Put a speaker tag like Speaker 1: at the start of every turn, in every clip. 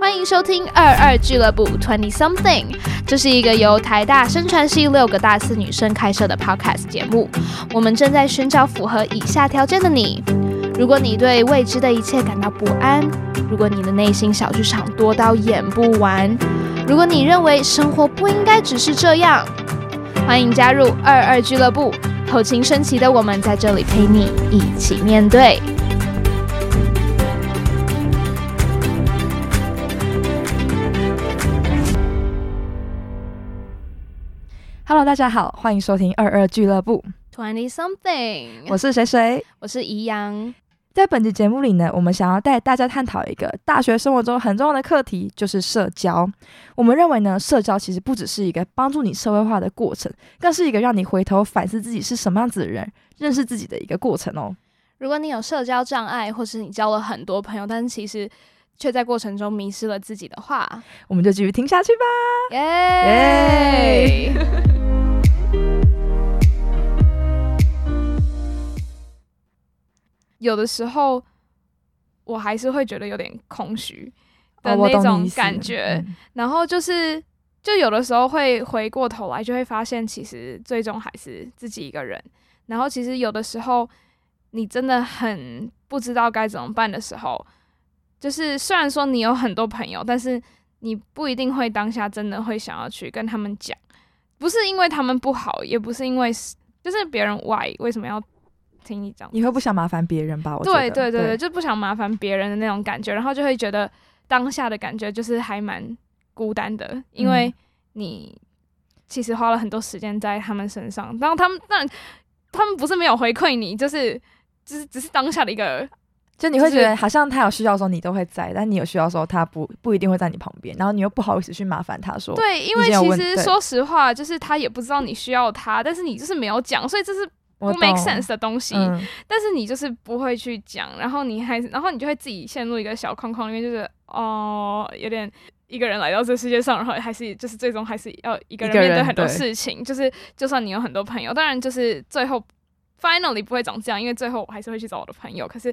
Speaker 1: 欢迎收听二二俱乐部 Twenty Something，这是一个由台大生传系六个大四女生开设的 podcast 节目。我们正在寻找符合以下条件的你。如果你对未知的一切感到不安，如果你的内心小剧场多到演不完，如果你认为生活不应该只是这样，欢迎加入二二俱乐部。口琴升旗的我们在这里陪你一起面对。
Speaker 2: Hello，大家好，欢迎收听二二俱乐部，
Speaker 1: Twenty something，
Speaker 2: 我是谁谁。
Speaker 1: 我是怡阳，
Speaker 2: 在本期节目里呢，我们想要带大家探讨一个大学生活中很重要的课题，就是社交。我们认为呢，社交其实不只是一个帮助你社会化的过程，更是一个让你回头反思自己是什么样子的人，认识自己的一个过程哦。
Speaker 1: 如果你有社交障碍，或是你交了很多朋友，但是其实却在过程中迷失了自己的 话，
Speaker 2: 我们就继续听下去吧。
Speaker 1: 耶、
Speaker 2: 耶
Speaker 3: 有的时候我还是会觉得有点空虚的
Speaker 2: 哦我
Speaker 3: 那
Speaker 2: 懂你
Speaker 3: 种
Speaker 2: 意思
Speaker 3: 感觉，
Speaker 2: 嗯
Speaker 3: 然后就是就有的时候会回过头来，就会发现其实最终还是自己一个人。然后其实有的时候你真的很不知道该怎么办的时候，就是虽然说你有很多朋友，但是你不一定会当下真的会想要去跟他们讲，不是因为他们不好，也不是因为就是别人 why 为什么要听你讲这些，
Speaker 2: 你会不想麻烦别人吧？我觉
Speaker 3: 对
Speaker 2: 得
Speaker 3: 对对对，就不想麻烦别人的那种感觉，然后就会觉得当下的感觉就是还蛮孤单的，因为
Speaker 2: 嗯
Speaker 3: 你其实花了很多时间在他们身上，然后他们当然他们不是没有回馈你，就是就是只是当下的一个
Speaker 2: 就你会
Speaker 3: 就
Speaker 2: 觉
Speaker 3: 是
Speaker 2: 得好像他有需要的时候你都会在，但你有需要的时候他不不一定会在你旁边，然后你又不好意思去麻烦他说。
Speaker 3: 对，因
Speaker 2: 你
Speaker 3: 为
Speaker 2: 先有
Speaker 3: 其
Speaker 2: 问
Speaker 3: 实
Speaker 2: 对
Speaker 3: 说实话，就是他也不知道你需要他，但是你就是没有讲，所以这是
Speaker 2: 我
Speaker 3: 不 make
Speaker 2: 懂
Speaker 3: sense 的东西。
Speaker 2: 嗯，
Speaker 3: 但是你就是不会去讲，然后你还，然后你就会自己陷入一个小框框里面，就是哦，有点一个人来到这世界上，然后还是就是最终还是要一个
Speaker 2: 一
Speaker 3: 人
Speaker 2: 个
Speaker 3: 面对
Speaker 2: 人
Speaker 3: 很多
Speaker 2: 对
Speaker 3: 事情，就是就算你有很多朋友，当然就是最后 finally 不会长这样，因为最后我还是会去找我的朋友，可是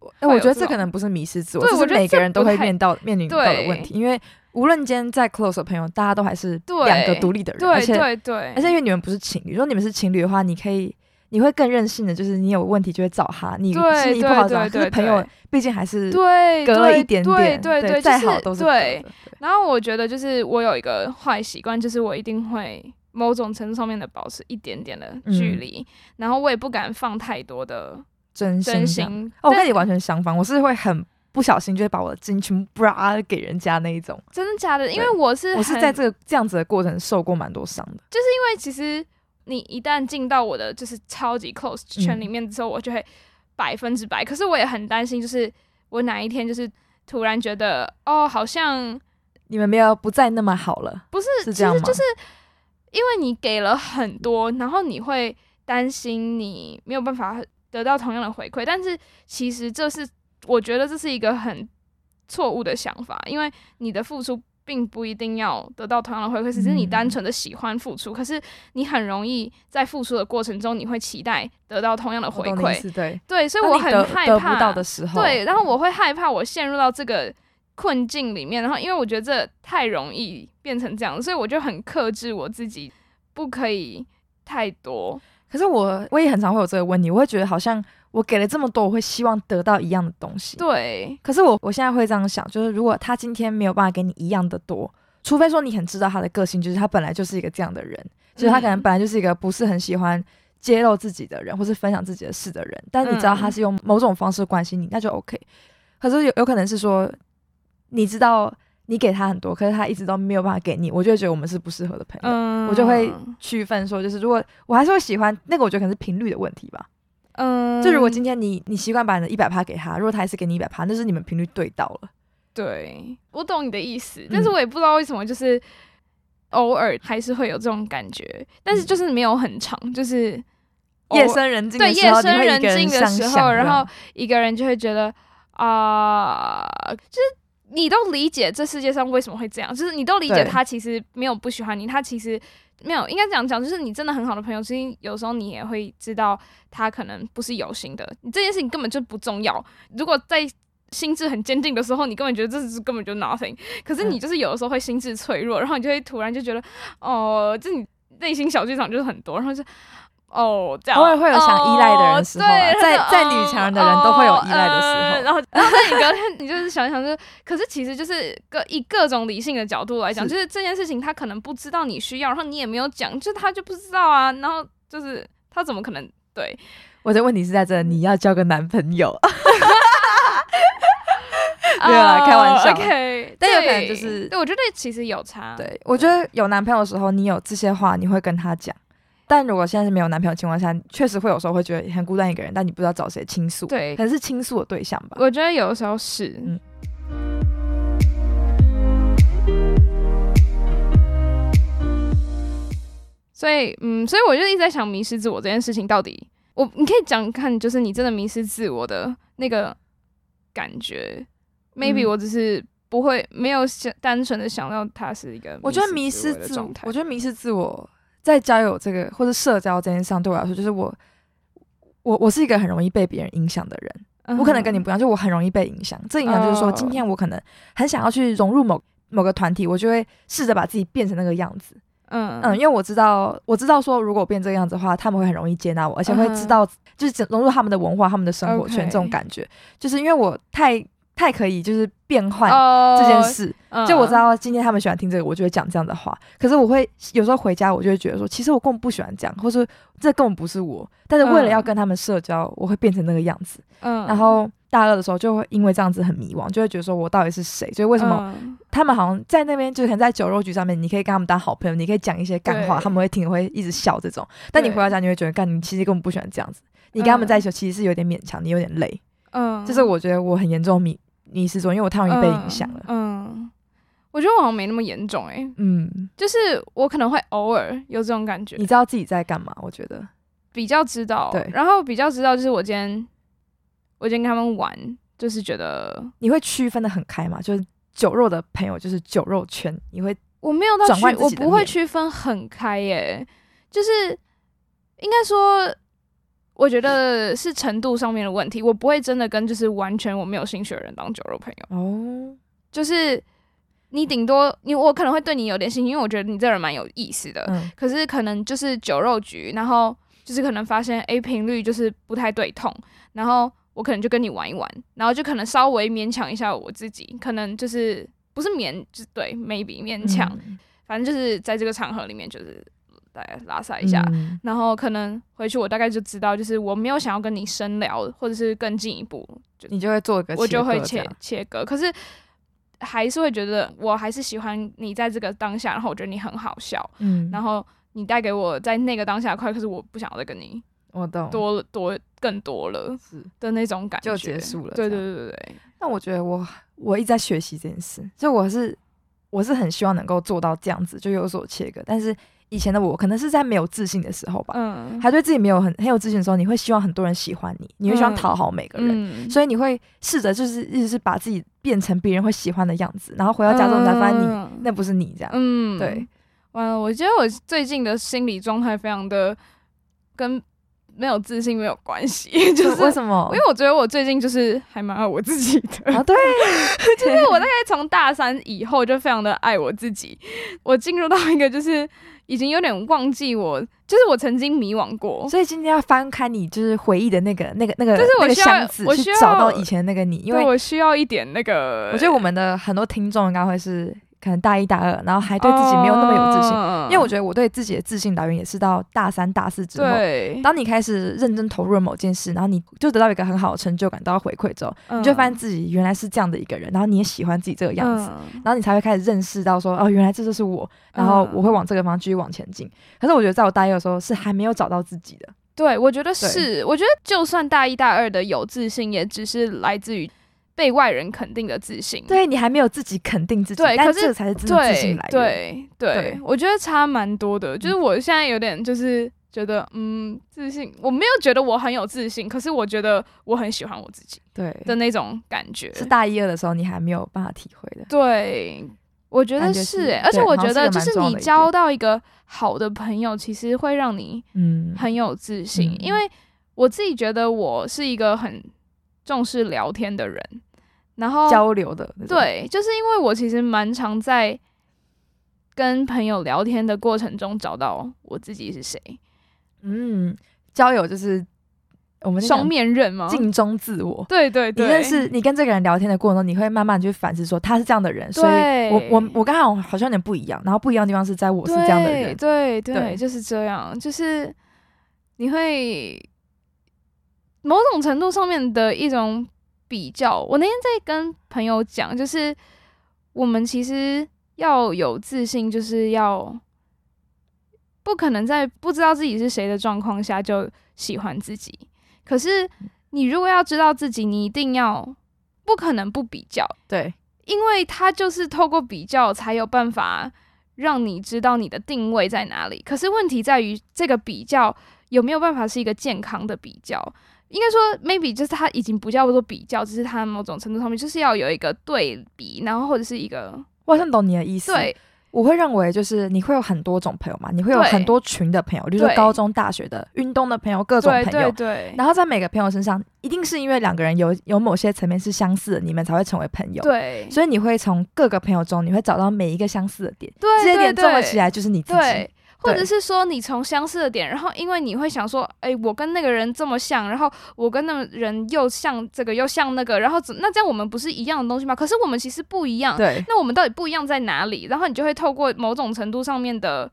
Speaker 2: 哎、
Speaker 3: 会
Speaker 2: 我
Speaker 3: 有
Speaker 2: 觉得
Speaker 3: 这
Speaker 2: 这可
Speaker 3: 种
Speaker 2: 能不是迷失自我，
Speaker 3: 对
Speaker 2: 这
Speaker 3: 我
Speaker 2: 是
Speaker 3: 觉得
Speaker 2: 每
Speaker 3: 这
Speaker 2: 个人
Speaker 3: 不
Speaker 2: 都会
Speaker 3: 太
Speaker 2: 面到面临到的问
Speaker 3: 对
Speaker 2: 题，因为无论今天再 close 的朋友，大家都还是两个
Speaker 3: 对
Speaker 2: 独立的人，而
Speaker 3: 对
Speaker 2: 且
Speaker 3: 对对，
Speaker 2: 而且因为你们不是情侣，如果你们是情侣的话，你可以你会更任性的，就是你有问题就会找他，你
Speaker 3: 对
Speaker 2: 心里不好找他，
Speaker 3: 对
Speaker 2: 可是
Speaker 3: 对
Speaker 2: 朋友毕竟还是
Speaker 3: 对
Speaker 2: 隔了一
Speaker 3: 对
Speaker 2: 点点，
Speaker 3: 对对对，
Speaker 2: 再
Speaker 3: 就是
Speaker 2: 好都是隔
Speaker 3: 对
Speaker 2: 的。对
Speaker 3: 然后我觉得就是我有一个坏习惯，就是我一定会某种程度上面的保持一点点的距
Speaker 2: 嗯
Speaker 3: 离，然后我也不敢放太多的
Speaker 2: 真心
Speaker 3: 真
Speaker 2: 这样。
Speaker 3: 心。
Speaker 2: 哦，我
Speaker 3: 但
Speaker 2: 跟你完全相反，我是会很不小心就会把我的金全部 bra 给人家那一种，
Speaker 3: 真的假的？因为
Speaker 2: 对
Speaker 3: 我是
Speaker 2: 我是
Speaker 3: 很
Speaker 2: 在这个这样子的过程受过蛮多伤的。
Speaker 3: 因为其实你一旦进到我的就是超级 close
Speaker 2: 嗯
Speaker 3: 圈里面之后，我就会百分之百。可是我也很担心，就是我哪一天就是突然觉得哦，好像
Speaker 2: 你们没有不再那么好了，
Speaker 3: 不是，
Speaker 2: 是
Speaker 3: 其
Speaker 2: 这样
Speaker 3: 实
Speaker 2: 吗？
Speaker 3: 就是因为你给了很多，然后你会担心你没有办法得到同样的回馈，但是其实这是我觉得这是一个很错误的想法，因为你的付出并不一定要得到同样的回馈，只是你单纯的喜欢付出，可是你很容易在付出的过程中，你会期待得到同样的
Speaker 2: 我
Speaker 3: 回
Speaker 2: 懂你意
Speaker 3: 馈，
Speaker 2: 思对。
Speaker 3: 对，所以
Speaker 2: 当
Speaker 3: 我
Speaker 2: 你
Speaker 3: 很
Speaker 2: 得
Speaker 3: 害
Speaker 2: 得
Speaker 3: 怕
Speaker 2: 不到的时候，
Speaker 3: 对，然后我会害怕我陷入到这个困境里面，然后因为我觉得这太容易变成这样，所以我就很克制我自己，不可以太多。
Speaker 2: 可是我我也很常会有这个问题，我会觉得好像我给了这么多，我会希望得到一样的东西。
Speaker 3: 对，
Speaker 2: 可是我我现在会这样想，就是如果他今天没有办法给你一样的多，除非说你很知道他的个性，就是他本来就是一个这样的人，就是他可能
Speaker 3: 嗯
Speaker 2: 本来就是一个不是很喜欢揭露自己的人，或是分享自己的事的人，但你知道
Speaker 3: 嗯
Speaker 2: 他是用某种方式关心你，那就 OK。可是有有可能是说，你知道你给他很多，可是他一直都没有办法给你，我就会觉得我们是不适合的朋友。
Speaker 3: 嗯，
Speaker 2: 我就会区分说，就是如果我还是会喜欢那个，我觉得可能是频率的问题吧。
Speaker 3: 嗯，
Speaker 2: 就如果今天你你习惯把你的一百趴给他，如果他还是给你一百趴，那是你们频率对到了。
Speaker 3: 对我懂你的意思，但
Speaker 2: 嗯
Speaker 3: 是我也不知道为什么，就是偶尔还是会有这种感觉，但
Speaker 2: 嗯
Speaker 3: 是就是没有很长，就是偶
Speaker 2: 夜
Speaker 3: 尔
Speaker 2: 深人静
Speaker 3: 哦对
Speaker 2: 的时
Speaker 3: 夜
Speaker 2: 候，你
Speaker 3: 深
Speaker 2: 会一个
Speaker 3: 静的
Speaker 2: 想
Speaker 3: 时
Speaker 2: 想
Speaker 3: 候，然
Speaker 2: 这样
Speaker 3: 后一个人就会觉得啊、就是你都理解这世界上为什么会这样，就是你都理解
Speaker 2: 对
Speaker 3: 他其实没有不喜欢你，他其实没有应该这样讲，就是你真的很好的朋友，其实有时候你也会知道他可能不是有心的，你这件事情根本就不重要。如果在心智很坚定的时候，你根本觉得这是根本就 nothing。可是你
Speaker 2: 嗯
Speaker 3: 就是有的时候会心智脆弱，然后你就会突然就觉得，哦，这你内心小剧场就是很多，然后就。哦，这样
Speaker 2: 偶尔会有想依赖的人时候啊
Speaker 3: 哦对
Speaker 2: 在
Speaker 3: 然后
Speaker 2: 在女强人的人都会有依赖的时候
Speaker 3: 哦呃然后，然后在你隔天，你就是想一想，就是，可是其实就是各以各种理性的角度来讲，
Speaker 2: 是
Speaker 3: 就是这件事情他可能不知道你需要，然后你也没有讲，就他就不知道啊，然后就是他怎么可能对？
Speaker 2: 我的问题是在这，你要交个男朋友，没有啦
Speaker 3: 哦
Speaker 2: 开玩笑
Speaker 3: OK，
Speaker 2: 但有
Speaker 3: 对
Speaker 2: 可能就是
Speaker 3: 对我觉得其实有差，
Speaker 2: 对，我觉得有男朋友的时候，你有这些话，你会跟他讲。但如果现在是没有男朋友的情况下，确实会有时候会觉得很孤单一个人，但你不知道找谁倾诉，
Speaker 3: 对
Speaker 2: 可能是倾诉的对象吧。
Speaker 3: 我觉得有的时候是，
Speaker 2: 嗯
Speaker 3: 所以嗯，所以我就一直在想迷失自我这件事情到底，我你可以讲看，就是你真的迷失自我的那个感觉，maybe、
Speaker 2: 嗯
Speaker 3: 我只是。不会，没有想单纯的想到它是一个
Speaker 2: 我觉得迷
Speaker 3: 自我
Speaker 2: 失
Speaker 3: 的
Speaker 2: 自我
Speaker 3: 状，态
Speaker 2: 我。觉得迷失自我在交友这个或者社交这件事上，对我来说，就是我我我是一个很容易被别人影响的人。我可能跟你
Speaker 3: 嗯
Speaker 2: 不一样，就我很容易被影响。这影响就是说，
Speaker 3: 哦
Speaker 2: 今天我可能很想要去融入某某个团体，我就会试着把自己变成那个样子。
Speaker 3: 嗯
Speaker 2: 嗯，因为我知道，我知道说，如果我变这个样子的话，他们会很容易接纳我，而且会知道，就是整融入他们的文化、他们的生活圈
Speaker 3: 嗯 OK
Speaker 2: 这种感觉。就是因为我太太可以，就是变换
Speaker 3: 哦
Speaker 2: 这件事。
Speaker 3: 嗯
Speaker 2: 就我知道今天他们喜欢听这个，我就会讲这样的话。可是我会有时候回家，我就会觉得说，其实我根本不喜欢这样，或是这根本不是我。但是为了
Speaker 3: 嗯
Speaker 2: 要跟他们社交，我会变成那个样子。
Speaker 3: 嗯
Speaker 2: 然后大二的时候就会因为这样子很迷惘，就会觉得说我到底是谁？所以为什么
Speaker 3: 嗯
Speaker 2: 他们好像在那边，就是可能在酒肉局上面，你可以跟他们当好朋友，你可以讲一些干话，
Speaker 3: 对
Speaker 2: 他们会听，会一直笑这种。但你回到家，你会觉得，干，你其实根本不喜欢这样子。你跟他们在一起，其实是有点勉强，你有点累。
Speaker 3: 嗯，
Speaker 2: 这是我觉得我很严重迷迷失中，因为我太容易被影响了。
Speaker 3: 嗯。嗯我觉得我好像没那么严重诶、
Speaker 2: 嗯，
Speaker 3: 就是我可能会偶尔有这种感觉
Speaker 2: 你，知道自己在干嘛？我觉得，
Speaker 3: 比较知道，
Speaker 2: 对
Speaker 3: 然后比较知道就是我今天我今天跟他们玩，就是觉得
Speaker 2: 你会区分的很开嘛？就是酒肉的朋友，就是酒肉圈，你会
Speaker 3: 我没有到
Speaker 2: 转
Speaker 3: 区
Speaker 2: 换，自
Speaker 3: 我
Speaker 2: 己的
Speaker 3: 不会
Speaker 2: 面
Speaker 3: 区分很开耶、就是应该说，我觉得是程度上面的问题，我不会真的跟就是完全我没有兴趣的人当酒肉朋友。
Speaker 2: 哦，
Speaker 3: 就是你顶多你我可能会对你有点兴趣，因为我觉得你这人蛮有意思的。
Speaker 2: 嗯
Speaker 3: 可是可能就是酒肉局，然后就是可能发现诶频率就是不太对痛，然后我可能就跟你玩一玩，然后就可能稍微勉强一下我自己，可能就是不是勉就对 maybe 勉强，
Speaker 2: 嗯
Speaker 3: 反正就是在这个场合里面就是大家拉撒一下，
Speaker 2: 嗯
Speaker 3: 然后可能回去我大概就知道，就是我没有想要跟你深聊，或者是更进一步，就
Speaker 2: 嗯你就会做个
Speaker 3: 我就会
Speaker 2: 切割这
Speaker 3: 切
Speaker 2: 样
Speaker 3: 切割。可是还是会觉得，我还是喜欢你在这个当下，然后我觉得你很好笑，
Speaker 2: 嗯，
Speaker 3: 然后你带给我在那个当下的快乐，可是我不想要再跟你
Speaker 2: 我懂，
Speaker 3: 多多更多了
Speaker 2: 是
Speaker 3: 的那种感觉，
Speaker 2: 哦就结束了
Speaker 3: 对
Speaker 2: 这
Speaker 3: 对
Speaker 2: 样
Speaker 3: 对对对，
Speaker 2: 那我觉得我我一直在学习这件事，就我是我是很希望能够做到这样子，就有所切割。但是以前的我可能是在没有自信的时候吧，
Speaker 3: 嗯，
Speaker 2: 还对自己没有很很有自信的时候，你会希望很多人喜欢你，你会希望
Speaker 3: 嗯
Speaker 2: 讨好每个人，
Speaker 3: 嗯，
Speaker 2: 所以你会试着就是一直是把自己变成别人会喜欢的样子，然后回到家之后你才发现你、
Speaker 3: 嗯
Speaker 2: 那不是你这样。
Speaker 3: 嗯，
Speaker 2: 对，
Speaker 3: 完了，我觉得我最近的心理状态非常的跟没有自信没有关系， 就是
Speaker 2: 为什么？
Speaker 3: 嗯 因为我觉得我最近就是还蛮爱我自己的，
Speaker 2: 啊，对，
Speaker 3: 就是我大概从大三以后就非常的爱我自己，我进入到一个就是已经有点忘记我，就是我曾经迷惘过，
Speaker 2: 所以今天要翻开你就是回忆的那个、那个、那个、
Speaker 3: 就是我
Speaker 2: 那个
Speaker 3: 需要
Speaker 2: 箱子，
Speaker 3: 我
Speaker 2: 去
Speaker 3: 需要
Speaker 2: 找到以前的那个你，因为
Speaker 3: 对我需要一点那个，
Speaker 2: 我觉得我们的很多听众应该会是可能大一大二，然后还对自己没有那么有自信，
Speaker 3: 哦
Speaker 2: 因为我觉得我对自己的自信来源也是到大三大四之后。
Speaker 3: 对，
Speaker 2: 当你开始认真投入了某件事，然后你就得到一个很好的成就感，得到回馈之后，
Speaker 3: 嗯
Speaker 2: 你就会发现自己原来是这样的一个人，然后你也喜欢自己这个样子，
Speaker 3: 嗯
Speaker 2: 然后你才会开始认识到说，哦，原来这就是我，然后我会往这个方向继续往前进。可是我觉得在我大一的时候是还没有找到自己的，
Speaker 3: 对，我觉得是，我觉得就算大一大二的有自信，也只是来自于被外人肯定的自信，
Speaker 2: 对你还没有自己肯定自己，
Speaker 3: 对
Speaker 2: 但
Speaker 3: 可是
Speaker 2: 这个才是真的自信
Speaker 3: 对
Speaker 2: 来源。
Speaker 3: 对对
Speaker 2: 对，嗯
Speaker 3: 我觉得差蛮多的。就是我现在有点就是觉得，嗯，自信，我没有觉得我很有自信，可是我觉得我很喜欢我自己
Speaker 2: 对
Speaker 3: 的那种感觉。
Speaker 2: 是大一二的时候你还没有办法体会的。
Speaker 3: 对，我觉得
Speaker 2: 感觉
Speaker 3: 是、
Speaker 2: 是
Speaker 3: 欸，而且
Speaker 2: 对
Speaker 3: 我
Speaker 2: 好像
Speaker 3: 觉
Speaker 2: 是
Speaker 3: 得
Speaker 2: 个
Speaker 3: 就
Speaker 2: 蛮
Speaker 3: 是
Speaker 2: 重要
Speaker 3: 你
Speaker 2: 的一
Speaker 3: 交
Speaker 2: 点
Speaker 3: 到一个好的朋友，其实会让你
Speaker 2: 嗯，
Speaker 3: 很有自信，
Speaker 2: 嗯
Speaker 3: 因为我自己觉得我是一个很重视聊天的人，然后
Speaker 2: 交流的那种。
Speaker 3: 对，就是因为我其实蛮常在跟朋友聊天的过程中找到我自己是谁，
Speaker 2: 嗯，交友就是我们在讲
Speaker 3: 双面刃吗？
Speaker 2: 镜中自我。
Speaker 3: 对对
Speaker 2: 你
Speaker 3: 对，
Speaker 2: 认识你跟这个人聊天的过程中，你会慢慢去反思说他是这样的人，所以
Speaker 3: 对
Speaker 2: 我我我刚好好像有点不一样，然后不一样的地方是在我是这样的人，
Speaker 3: 对对
Speaker 2: 对
Speaker 3: 对，就是这样，就是你会某种程度上面的一种比较。我那天在跟朋友讲，就是我们其实要有自信，就是要不可能在不知道自己是谁的状况下就喜欢自己。可是
Speaker 2: 嗯
Speaker 3: 你如果要知道自己，你一定要不可能不比较，
Speaker 2: 对
Speaker 3: 因为它就是透过比较才有办法让你知道你的定位在哪里。可是问题在于，这个比较有没有办法是一个健康的比较？应该说，maybe 就是它已经不叫做比较，只是它某种程度上面就是要有一个对比，然后或者是一个
Speaker 2: 我好像懂你的意思。，
Speaker 3: 对
Speaker 2: 我会认为就是你会有很多种朋友嘛，你会有
Speaker 3: 对
Speaker 2: 很多群的朋友，例如说
Speaker 3: 对
Speaker 2: 高中、大学的、运动的朋友，各种
Speaker 3: 对
Speaker 2: 朋
Speaker 3: 对
Speaker 2: 友。
Speaker 3: 对
Speaker 2: 然后在每个朋友身上，一定是因为两个人有有某些层面是相似的，你们才会成为朋友。，
Speaker 3: 对，
Speaker 2: 所以你会从各个朋友中，你会找到每一个相似的点，
Speaker 3: 对
Speaker 2: 这些点
Speaker 3: 对
Speaker 2: 综合
Speaker 3: 对
Speaker 2: 起来就是你自己。
Speaker 3: 对，或者是说你从相似的点，然后因为你会想说，哎、我跟那个人这么像，然后我跟那个人又像这个又像那个，然后怎那这样我们不是一样的东西吗？可是我们其实不一样，
Speaker 2: 对
Speaker 3: 那我们到底不一样在哪里？然后你就会透过某种程度上面的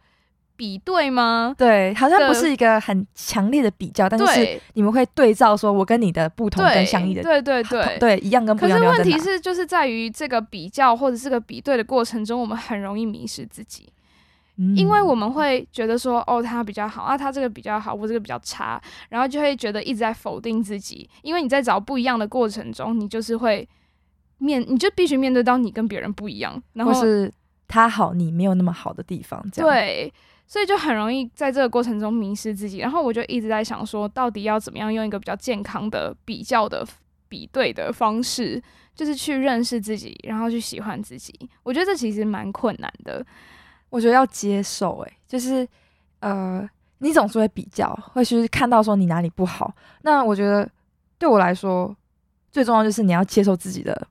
Speaker 3: 比对吗？
Speaker 2: 对，好像
Speaker 3: 的
Speaker 2: 不是一个很强烈的比较，但是
Speaker 3: 对
Speaker 2: 你们会对照说，我跟你的不同跟
Speaker 3: 对
Speaker 2: 相异的，
Speaker 3: 对对对。
Speaker 2: 对一样跟不
Speaker 3: 可
Speaker 2: 一
Speaker 3: 是
Speaker 2: 样。
Speaker 3: 问题
Speaker 2: 地方在哪，
Speaker 3: 是，就是在于这个比较或者这个比对的过程中，我们很容易迷失自己。
Speaker 2: 嗯
Speaker 3: 因为我们会觉得说，哦，他比较好啊，他这个比较好，我这个比较差，然后就会觉得一直在否定自己，因为你在找不一样的过程中，你就是会面，你就必须面对到你跟别人不一样，然
Speaker 2: 或
Speaker 3: 后
Speaker 2: 是他好，你没有那么好的地方，这样。
Speaker 3: 对，所以就很容易在这个过程中迷失自己。然后我就一直在想说，到底要怎么样用一个比较健康的比较的比对的方式，就是去认识自己，然后去喜欢自己。我觉得这其实蛮困难的，
Speaker 2: 我觉得要接受、欸，就是呃，你总是会比较，会去看到说你哪里不好。那我觉得对我来说，最重要就是你要接受自己的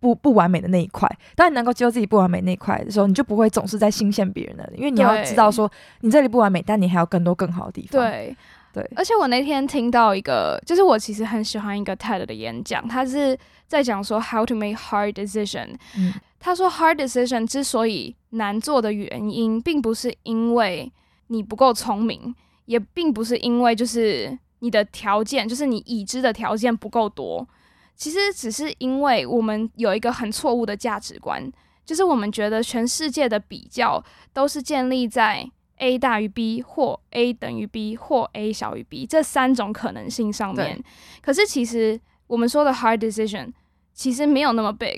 Speaker 2: 不不完美的那一块。当你能够接受自己不完美那一块的时候，你就不会总是在新羡别人了，因为你要
Speaker 3: 对
Speaker 2: 知道说你这里不完美，但你还有更多更好的地方。
Speaker 3: 对。
Speaker 2: 对
Speaker 3: 而且我那天听到一个，就是我其实很喜欢一个 TED 的演讲，他是在讲说 how to make hard decision。
Speaker 2: 嗯
Speaker 3: 他说 hard decision 之所以难做的原因，并不是因为你不够聪明，也并不是因为就是你的条件，就是你已知的条件不够多。其实只是因为我们有一个很错误的价值观，就是我们觉得全世界的比较都是建立在 A 大于 B 或 A 等于 B 或 A 小于 B 这三种可能性上面
Speaker 2: 对。
Speaker 3: 可是其实我们说的 hard decision 其实没有那么 big，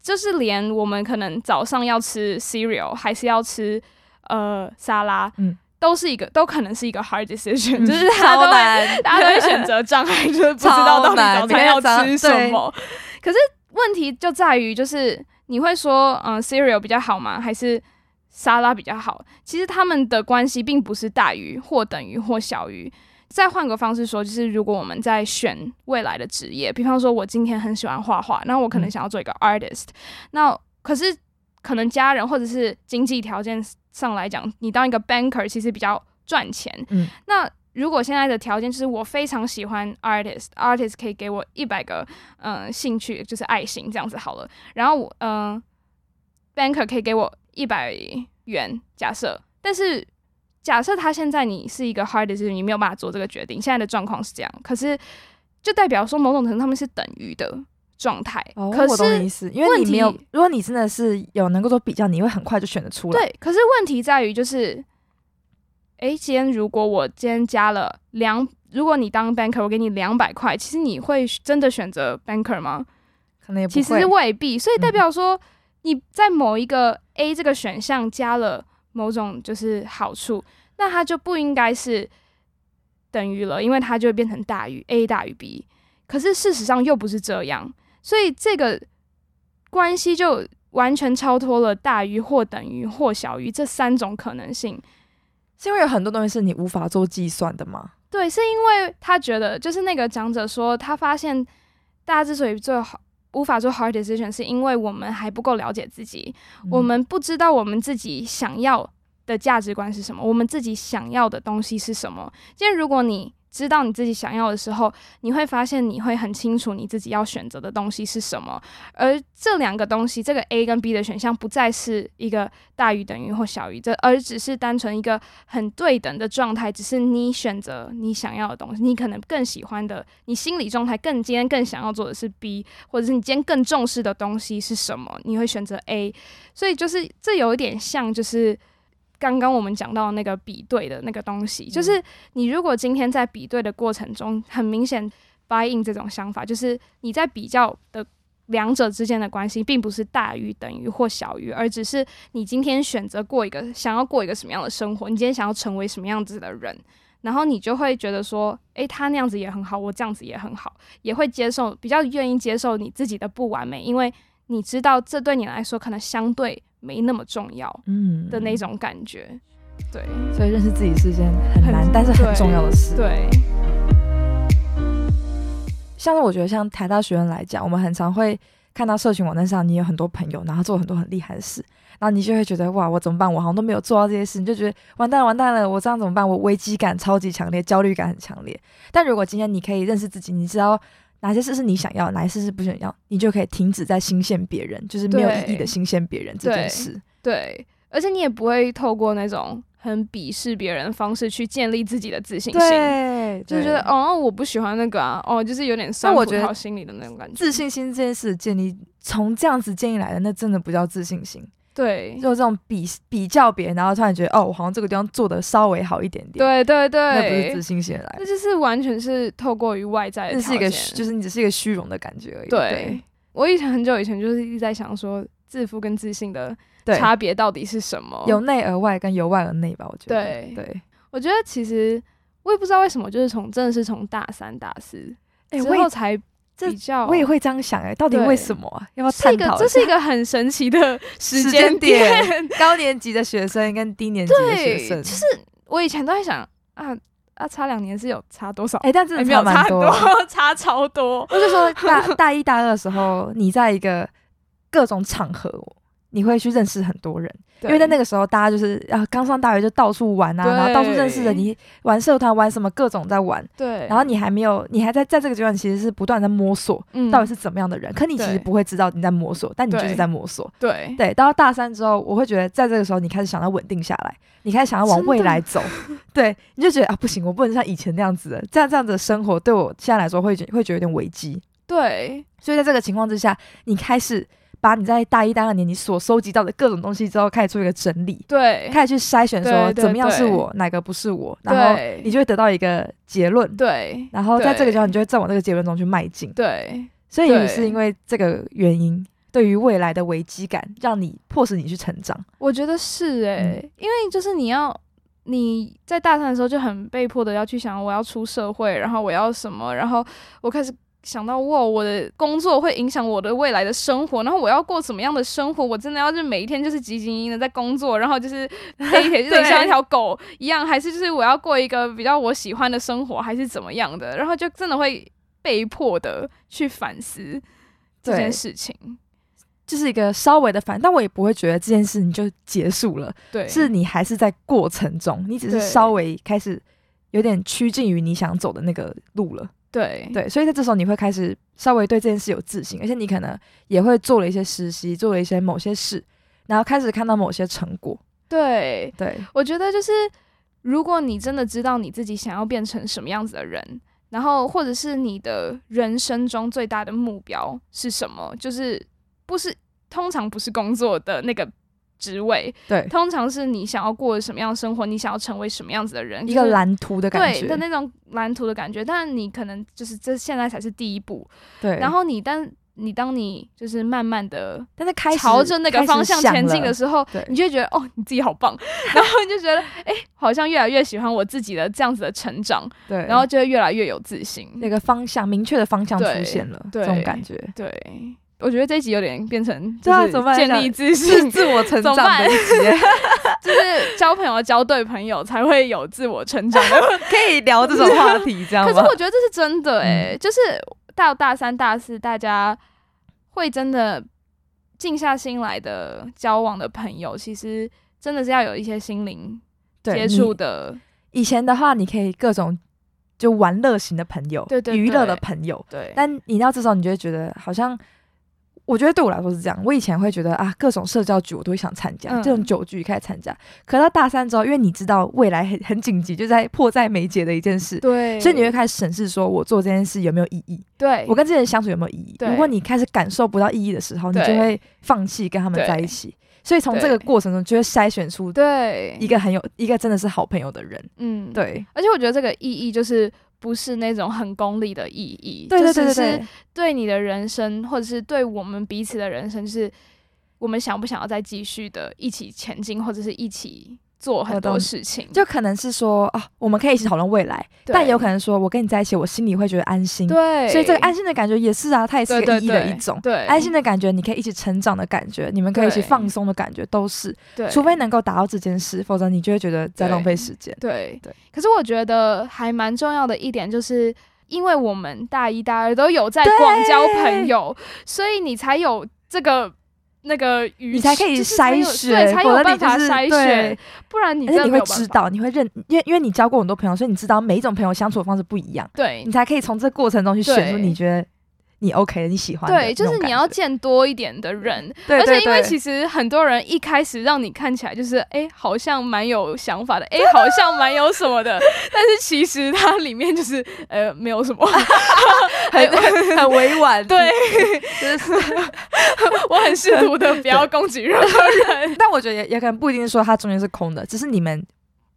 Speaker 3: 就是连我们可能早上要吃 cereal 还是要吃呃沙拉，
Speaker 2: 嗯
Speaker 3: 都是一个都可能是一个 hard decision，、
Speaker 2: 嗯
Speaker 3: 就是大家都
Speaker 2: 超
Speaker 3: 会
Speaker 2: 难
Speaker 3: 大家都会选择障碍，就是不知道到底早餐要吃什么。可是问题就在于，就是你会说，嗯、c e r e a l 比较好吗？还是沙拉比较好？其实他们的关系并不是大于或等于或小于。再换个方式说，就是如果我们在选未来的职业，比方说我今天很喜欢画画，那我可能
Speaker 2: 嗯
Speaker 3: 想要做一个 artist，、那可是可能家人或者是经济条件上来讲，你当一个 banker 其实比较赚钱，
Speaker 2: 嗯，
Speaker 3: 那如果现在的条件就是我非常喜欢 artist，artist 可以给我一百个嗯、呃兴趣，就是爱心这样子好了。然后我嗯、banker 可以给我一百元，假设，但是假设他现在你是一个 hard decision，你没有办法做这个决定，现在的状况是这样，可是就代表说某种程度他们是等于的状态。
Speaker 2: 哦，
Speaker 3: 可
Speaker 2: 我懂你
Speaker 3: 是
Speaker 2: 意思，因为你没有
Speaker 3: 问题，
Speaker 2: 如果你真的是有能够做比较，你会很快就选得出来。
Speaker 3: 对，可是问题在于就是，诶，今天如果我今天加了两，如果你当 banker，我给你两百块，其实你会真的选择 banker 吗？
Speaker 2: 可能也不
Speaker 3: 其
Speaker 2: 会
Speaker 3: 实未必，所以代
Speaker 2: 嗯
Speaker 3: 表说你在某一个 A 这个选项加了某种就是好处，那它就不应该是等于了，因为它就会变成大于 A 大于 B。可是事实上又不是这样，所以这个关系就完全超脱了大于或等于或小于这三种可能性。
Speaker 2: 是因为有很多东西是你无法做计算的嘛。
Speaker 3: 对，是因为他觉得，就是那个讲者说，他发现大家之所以做好无法做 hard decision，是因为我们还不够了解自己，
Speaker 2: 嗯
Speaker 3: 我们不知道我们自己想要的价值观是什么，我们自己想要的东西是什么。今天如果你知道你自己想要的时候，你会发现你会很清楚你自己要选择的东西是什么，而这两个东西，这个 A 跟 B 的选项不再是一个大于等于或小于这，而只是单纯一个很对等的状态，只是你选择你想要的东西，你可能更喜欢的，你心理状态更今天更想要做的是 B，或者是你今天更重视的东西是什么，你会选择 A，所以就是这有一点像就是。刚刚我们讲到那个比对的那个东西，就是你如果今天在比对的过程中，很明显 buy in 这种想法，就是你在比较的两者之间的关系，并不是大于、等于或小于，而只是你今天选择过一个想要过一个什么样的生活，你今天想要成为什么样子的人，然后你就会觉得说，诶，他那样子也很好，我这样子也很好，也会接受，比较愿意接受你自己的不完美，因为你知道这对你来说可能相对没那么重要
Speaker 2: 嗯
Speaker 3: 的那，种感觉，对
Speaker 2: 所以认识自己是一件很
Speaker 3: 很
Speaker 2: 难但是很
Speaker 3: 对
Speaker 2: 重要的事。
Speaker 3: 对，
Speaker 2: 像是我觉得像台大学生来讲，我们很常会看到社群网站上你有很多朋友，然后做很多很厉害的事，然后你就会觉得哇，我怎么办？我好像都没有做到这些事，你就觉得完蛋了，完蛋了，我这样怎么办？我危机感超级强烈，焦虑感很强烈。但如果今天你可以认识自己，你知道。哪些事是你想要，哪些事是不想要，你就可以停止在新鲜别人，就是没有意义的
Speaker 3: 对
Speaker 2: 新鲜别人这件
Speaker 3: 对
Speaker 2: 事。
Speaker 3: 对，而且你也不会透过那种很鄙视别人的方式去建立自己的自信心，
Speaker 2: 对，
Speaker 3: 就是觉
Speaker 2: 对
Speaker 3: 得哦，我不喜欢那个啊，哦，就是有点酸
Speaker 2: 我
Speaker 3: 葡
Speaker 2: 觉得
Speaker 3: 萄心理的那种感觉。
Speaker 2: 自信心这件事建立从这样子建立来的，那真的不叫自信心。
Speaker 3: 对
Speaker 2: 就这种比比较别人，然后突然觉得哦，我好像这个地方做的稍微好一点点，
Speaker 3: 对对
Speaker 2: 那不是
Speaker 3: 对
Speaker 2: 自，信心来
Speaker 3: 那
Speaker 2: 的，
Speaker 3: 就是完全是透过于外在的
Speaker 2: 那是一
Speaker 3: 条
Speaker 2: 个
Speaker 3: 件
Speaker 2: 虚就是你只是一个虚荣的感觉而已。
Speaker 3: 对。我以前很久以前就是一直在想说，自负跟自信的
Speaker 2: 对，
Speaker 3: 差别到底是什么？
Speaker 2: 由内而外跟由外而内吧，我觉得。
Speaker 3: 对
Speaker 2: 对，
Speaker 3: 我觉得其实我也不知道为什么，就是从真的是从大三大四
Speaker 2: 哎，
Speaker 3: 之
Speaker 2: 我也
Speaker 3: 后才
Speaker 2: 这
Speaker 3: 比较，
Speaker 2: 我也会这样想，哎，到底
Speaker 3: 对
Speaker 2: 为什么啊？要不要
Speaker 3: 是
Speaker 2: 探
Speaker 3: 一个
Speaker 2: 讨
Speaker 3: 这
Speaker 2: 一
Speaker 3: 是一
Speaker 2: 下？
Speaker 3: 个很神奇的时
Speaker 2: 时
Speaker 3: 间
Speaker 2: 间点
Speaker 3: 点
Speaker 2: 高年级的学生跟低年级的学
Speaker 3: 对
Speaker 2: 生，
Speaker 3: 就是我以前都在想啊啊，差两年是有差多少？
Speaker 2: 哎，但真
Speaker 3: 哎
Speaker 2: 的
Speaker 3: 没有
Speaker 2: 蛮
Speaker 3: 差很
Speaker 2: 的
Speaker 3: 多， 差超多。
Speaker 2: 我就说大大一、大二的时候，你在一个各种场合，你会去认识很多人，因为在那
Speaker 3: 个
Speaker 2: 个时候大家就是啊刚上大学就到处玩啊，然后到处认识的，
Speaker 3: 对
Speaker 2: 你玩社团玩什么各种在玩，
Speaker 3: 对，
Speaker 2: 然后你还没有，你还在在这个阶段其实是不断地在摸索
Speaker 3: 嗯
Speaker 2: 到底是怎么样的人，可你其实
Speaker 3: 对
Speaker 2: 不会知道你在摸索，但你就是
Speaker 3: 对
Speaker 2: 在摸索。
Speaker 3: 对
Speaker 2: 对，到大三之后，我会觉得在这个时候你开始想要稳定下来，你开始想要往
Speaker 3: 真的
Speaker 2: 未来走， 对，你就觉得啊不行，我不能像以前那样子的，这样这样子的生活对我现在来说会觉会觉得有点危机。
Speaker 3: 对
Speaker 2: 所以在这个情况之下，你开始把你在大一、大二年你所收集到的各种东西之后，开始做一个整理，
Speaker 3: 对
Speaker 2: 开始去筛选说
Speaker 3: 对对
Speaker 2: 怎么样是
Speaker 3: 对
Speaker 2: 我，哪个不是我，然后
Speaker 3: 对
Speaker 2: 你就会得到一个结论。
Speaker 3: 对
Speaker 2: 然后在这个
Speaker 3: 对
Speaker 2: 阶段，你就会再往这个结论中去迈进。
Speaker 3: 对
Speaker 2: 所以
Speaker 3: 对
Speaker 2: 也是因为这个原因，对于未来的危机感，让你迫使你去成长。
Speaker 3: 我觉得是诶、
Speaker 2: 嗯
Speaker 3: 因为就是你要你在大三的时候就很被迫的要去想我要出社会，然后我要什么，然后我开始想到哇，我的工作会影响我的未来的生活，然后我要过什么样的生活？我真的要是每一天就是汲汲营营的在工作，然后 就是黑铁就
Speaker 2: 对
Speaker 3: 是像一条狗一样，还是就是我要过一个比较我喜欢的生活，还是怎么样的？然后就真的会被迫的去反思这
Speaker 2: 对
Speaker 3: 件事情。
Speaker 2: 就是一个稍微的反，但我也不会觉得这件事你就结束了，
Speaker 3: 对，
Speaker 2: 是你还是在过程中，你只是
Speaker 3: 对
Speaker 2: 稍微开始有点趋近于你想走的那个路了。
Speaker 3: 对，
Speaker 2: 对，所以在这时候你会开始稍微对这件事有自信，而且你可能也会做了一些实习，做了一些某些事，然后开始看到某些成果。
Speaker 3: 对，
Speaker 2: 对，
Speaker 3: 我觉得就是，如果你真的知道你自己想要变成什么样子的人，然后或者是你的人生中最大的目标是什么，就是不是通常不是工作的那个职位，
Speaker 2: 对
Speaker 3: 通常是你想要过什么样的生活，你想要成为什么样子的人，
Speaker 2: 一
Speaker 3: 就
Speaker 2: 个
Speaker 3: 是
Speaker 2: 蓝图的感
Speaker 3: 对
Speaker 2: 觉。
Speaker 3: 的那种蓝图的感觉。但你可能就是这现在才是第一步，
Speaker 2: 对，
Speaker 3: 然后你当你当你就是慢慢的
Speaker 2: 但是开始
Speaker 3: 朝着那个方向前进的
Speaker 2: 时
Speaker 3: 时候
Speaker 2: 对，
Speaker 3: 你就会觉得哦，你自己好棒， 然后你就觉得哎、好像越来越喜欢我自己的这样子的成长，
Speaker 2: 候，对，
Speaker 3: 然后就会越来越有自信。
Speaker 2: 那个方向明确的方向出
Speaker 3: 对
Speaker 2: 现了，
Speaker 3: 对
Speaker 2: 这种感觉
Speaker 3: 对，我觉得这一集有点变成
Speaker 2: 对啊
Speaker 3: 就是
Speaker 2: 怎么办
Speaker 3: 建立 自
Speaker 2: 是
Speaker 3: 信，
Speaker 2: 自我成
Speaker 3: 怎
Speaker 2: 长
Speaker 3: 么办
Speaker 2: 的一集，
Speaker 3: 就是交朋友交对朋友才会有自我成长 的。
Speaker 2: 可以聊这种话 题，这样
Speaker 3: 可
Speaker 2: 吗？
Speaker 3: 是我觉得这是真的哎、就是到大三大四大家。会真的静下心来的交往的朋友，其实真的是要有一些心灵
Speaker 2: 对
Speaker 3: 接触的，
Speaker 2: 你以前的话，你可以各种就玩乐型的朋友，
Speaker 3: 对对
Speaker 2: 娱乐的
Speaker 3: 对
Speaker 2: 朋友，
Speaker 3: 对，
Speaker 2: 但你到这时候，你就会觉得好像，我觉得对我来说是这样。我以前会觉得啊，各种社交局我都会想参加，
Speaker 3: 嗯
Speaker 2: 这种酒局开始参加。可到大三之后，因为你知道未来很很紧急，就在迫在眉睫的一件事，
Speaker 3: 对，
Speaker 2: 所以你会开始审视说，我做这件事有没有意义？
Speaker 3: 对
Speaker 2: 我跟这些人相处有没有意义？
Speaker 3: 对
Speaker 2: 如果你开始感受不到意义的时候，你
Speaker 3: 对
Speaker 2: 就会放弃跟他们
Speaker 3: 对
Speaker 2: 在一起。所以从这
Speaker 3: 对
Speaker 2: 个过程中，就会筛选出
Speaker 3: 对
Speaker 2: 一个很有一个真的是好朋友的人。
Speaker 3: 嗯，
Speaker 2: 对，
Speaker 3: 而且我觉得这个意义就是不是那种很功利的意义，
Speaker 2: 对对
Speaker 3: 就
Speaker 2: 对
Speaker 3: 是
Speaker 2: 对
Speaker 3: 是嗯
Speaker 2: 对，
Speaker 3: 对你的人生，或者是对我们彼此的人生，就是我们想不想要再继续的一起前进，或者是一起做很
Speaker 2: 我
Speaker 3: 多
Speaker 2: 懂
Speaker 3: 事情，
Speaker 2: 就可能是说啊，我们可以一起讨论未来。
Speaker 3: 对
Speaker 2: 但有可能说，我跟你在一起，我心里会觉得安心。
Speaker 3: 对，
Speaker 2: 所以这个安心的感觉也是啊，它也是
Speaker 3: 对
Speaker 2: 个
Speaker 3: 对
Speaker 2: 意义的
Speaker 3: 对
Speaker 2: 一种。
Speaker 3: 对
Speaker 2: 安心的感觉，你可以一起成长的感觉，你们可以一起
Speaker 3: 对
Speaker 2: 放松的感觉，都是。
Speaker 3: 对，
Speaker 2: 除非能够达到这件事，否则你就会觉得在浪费时间。
Speaker 3: 对
Speaker 2: 对。
Speaker 3: 可是我觉得还蛮重要的一点就是。因为我们大一、大二都有在
Speaker 2: 对
Speaker 3: 广交朋友，所以你才有这个那个余，
Speaker 2: 你才可以
Speaker 3: 就是才
Speaker 2: 筛
Speaker 3: 有
Speaker 2: 选，
Speaker 3: 对，才
Speaker 2: 否
Speaker 3: 有
Speaker 2: 则
Speaker 3: 办
Speaker 2: 你就
Speaker 3: 法
Speaker 2: 是
Speaker 3: 筛选
Speaker 2: 对，，
Speaker 3: 不然你
Speaker 2: 而
Speaker 3: 真
Speaker 2: 且
Speaker 3: 的
Speaker 2: 你
Speaker 3: 没
Speaker 2: 会
Speaker 3: 有办
Speaker 2: 知
Speaker 3: 法。
Speaker 2: 道，你会认，因为因为你交过很多朋友，所以你知道每一种朋友相处的方式不一样，
Speaker 3: 对
Speaker 2: 你才可以从这过程中去选出
Speaker 3: 对
Speaker 2: 你觉得你 OK 的、你喜欢的
Speaker 3: 对，就
Speaker 2: 那
Speaker 3: 是
Speaker 2: 种
Speaker 3: 你要
Speaker 2: 感觉
Speaker 3: 见多一点的人，
Speaker 2: 对
Speaker 3: 而且因为
Speaker 2: 对
Speaker 3: 其实很多人一开始让你看起来就是哎、诶好像蛮有想法的， 哎、好像蛮有什么的，但是其实它里面就是呃没有什 么。
Speaker 2: 很 很委婉，
Speaker 3: 对，
Speaker 2: 就是
Speaker 3: 我很试图的不要攻击任何人。
Speaker 2: 但我觉得也也可能不一定说它中间是空的，只是你们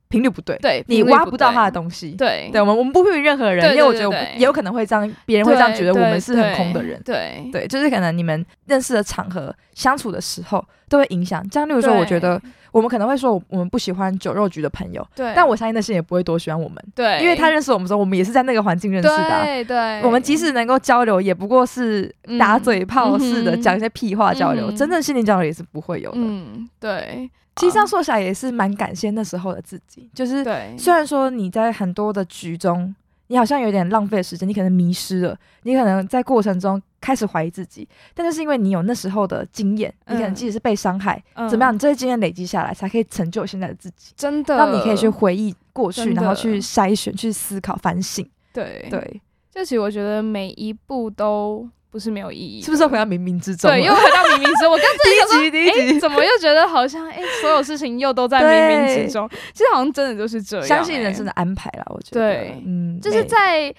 Speaker 2: 频率不对，
Speaker 3: 对，
Speaker 2: 你
Speaker 3: 频率
Speaker 2: 挖不到他的
Speaker 3: 对
Speaker 2: 东西。
Speaker 3: 对
Speaker 2: 对，我们我们不批评任何人，
Speaker 3: 对对
Speaker 2: 因为我觉得我
Speaker 3: 对
Speaker 2: 们
Speaker 3: 对
Speaker 2: 也有可能会这样，别人会这样觉得我们是很空的人。
Speaker 3: 对
Speaker 2: 对，就是可能你们认识的场合、相处的时候都会影响。这样，例如说，
Speaker 3: 对
Speaker 2: 我觉得我们可能会说，我我们不喜欢酒肉局的朋友，
Speaker 3: 对，
Speaker 2: 但我相信那些人也不会多喜欢我们，
Speaker 3: 对，
Speaker 2: 因为他认识我们的时候，我们也是在那个环境认识的啊、
Speaker 3: 对对，
Speaker 2: 我们即使能够交流，也不过是打嘴炮似的
Speaker 3: 嗯嗯哼
Speaker 2: 讲一些屁话交流，
Speaker 3: 嗯
Speaker 2: 真正心灵交流也是不会有的。
Speaker 3: 嗯对
Speaker 2: 其实这样说起来也是蛮感谢那时候的自己，就是
Speaker 3: 对，
Speaker 2: 虽然说你在很多的局中，你好像有点浪费时间，你可能迷失了，你可能在过程中开始怀疑自己，但就是因为你有那时候的经验，你可能
Speaker 3: 嗯
Speaker 2: 即使是被伤害，
Speaker 3: 嗯
Speaker 2: 怎么样，你这些经验累积下来，才可以成就现在的自己，
Speaker 3: 真的，
Speaker 2: 让你可以去回忆过去，
Speaker 3: 真的
Speaker 2: 然后去筛选、去思考、反省。
Speaker 3: 对。
Speaker 2: 对，
Speaker 3: 这其实我觉得每一步都不是没有意义的，
Speaker 2: 是不是回到冥冥之中了？啊
Speaker 3: 对，又回到冥冥之中。我 刚才想说，哎
Speaker 2: 第一集第一集
Speaker 3: 诶怎么又觉得好像哎、诶所有事情又都在冥冥
Speaker 2: 对
Speaker 3: 之中？其实好像真的就是这样、
Speaker 2: 相信
Speaker 3: 诶
Speaker 2: 人生的安排啦，我觉得。
Speaker 3: 对
Speaker 2: 嗯，
Speaker 3: 就是
Speaker 2: 没
Speaker 3: 在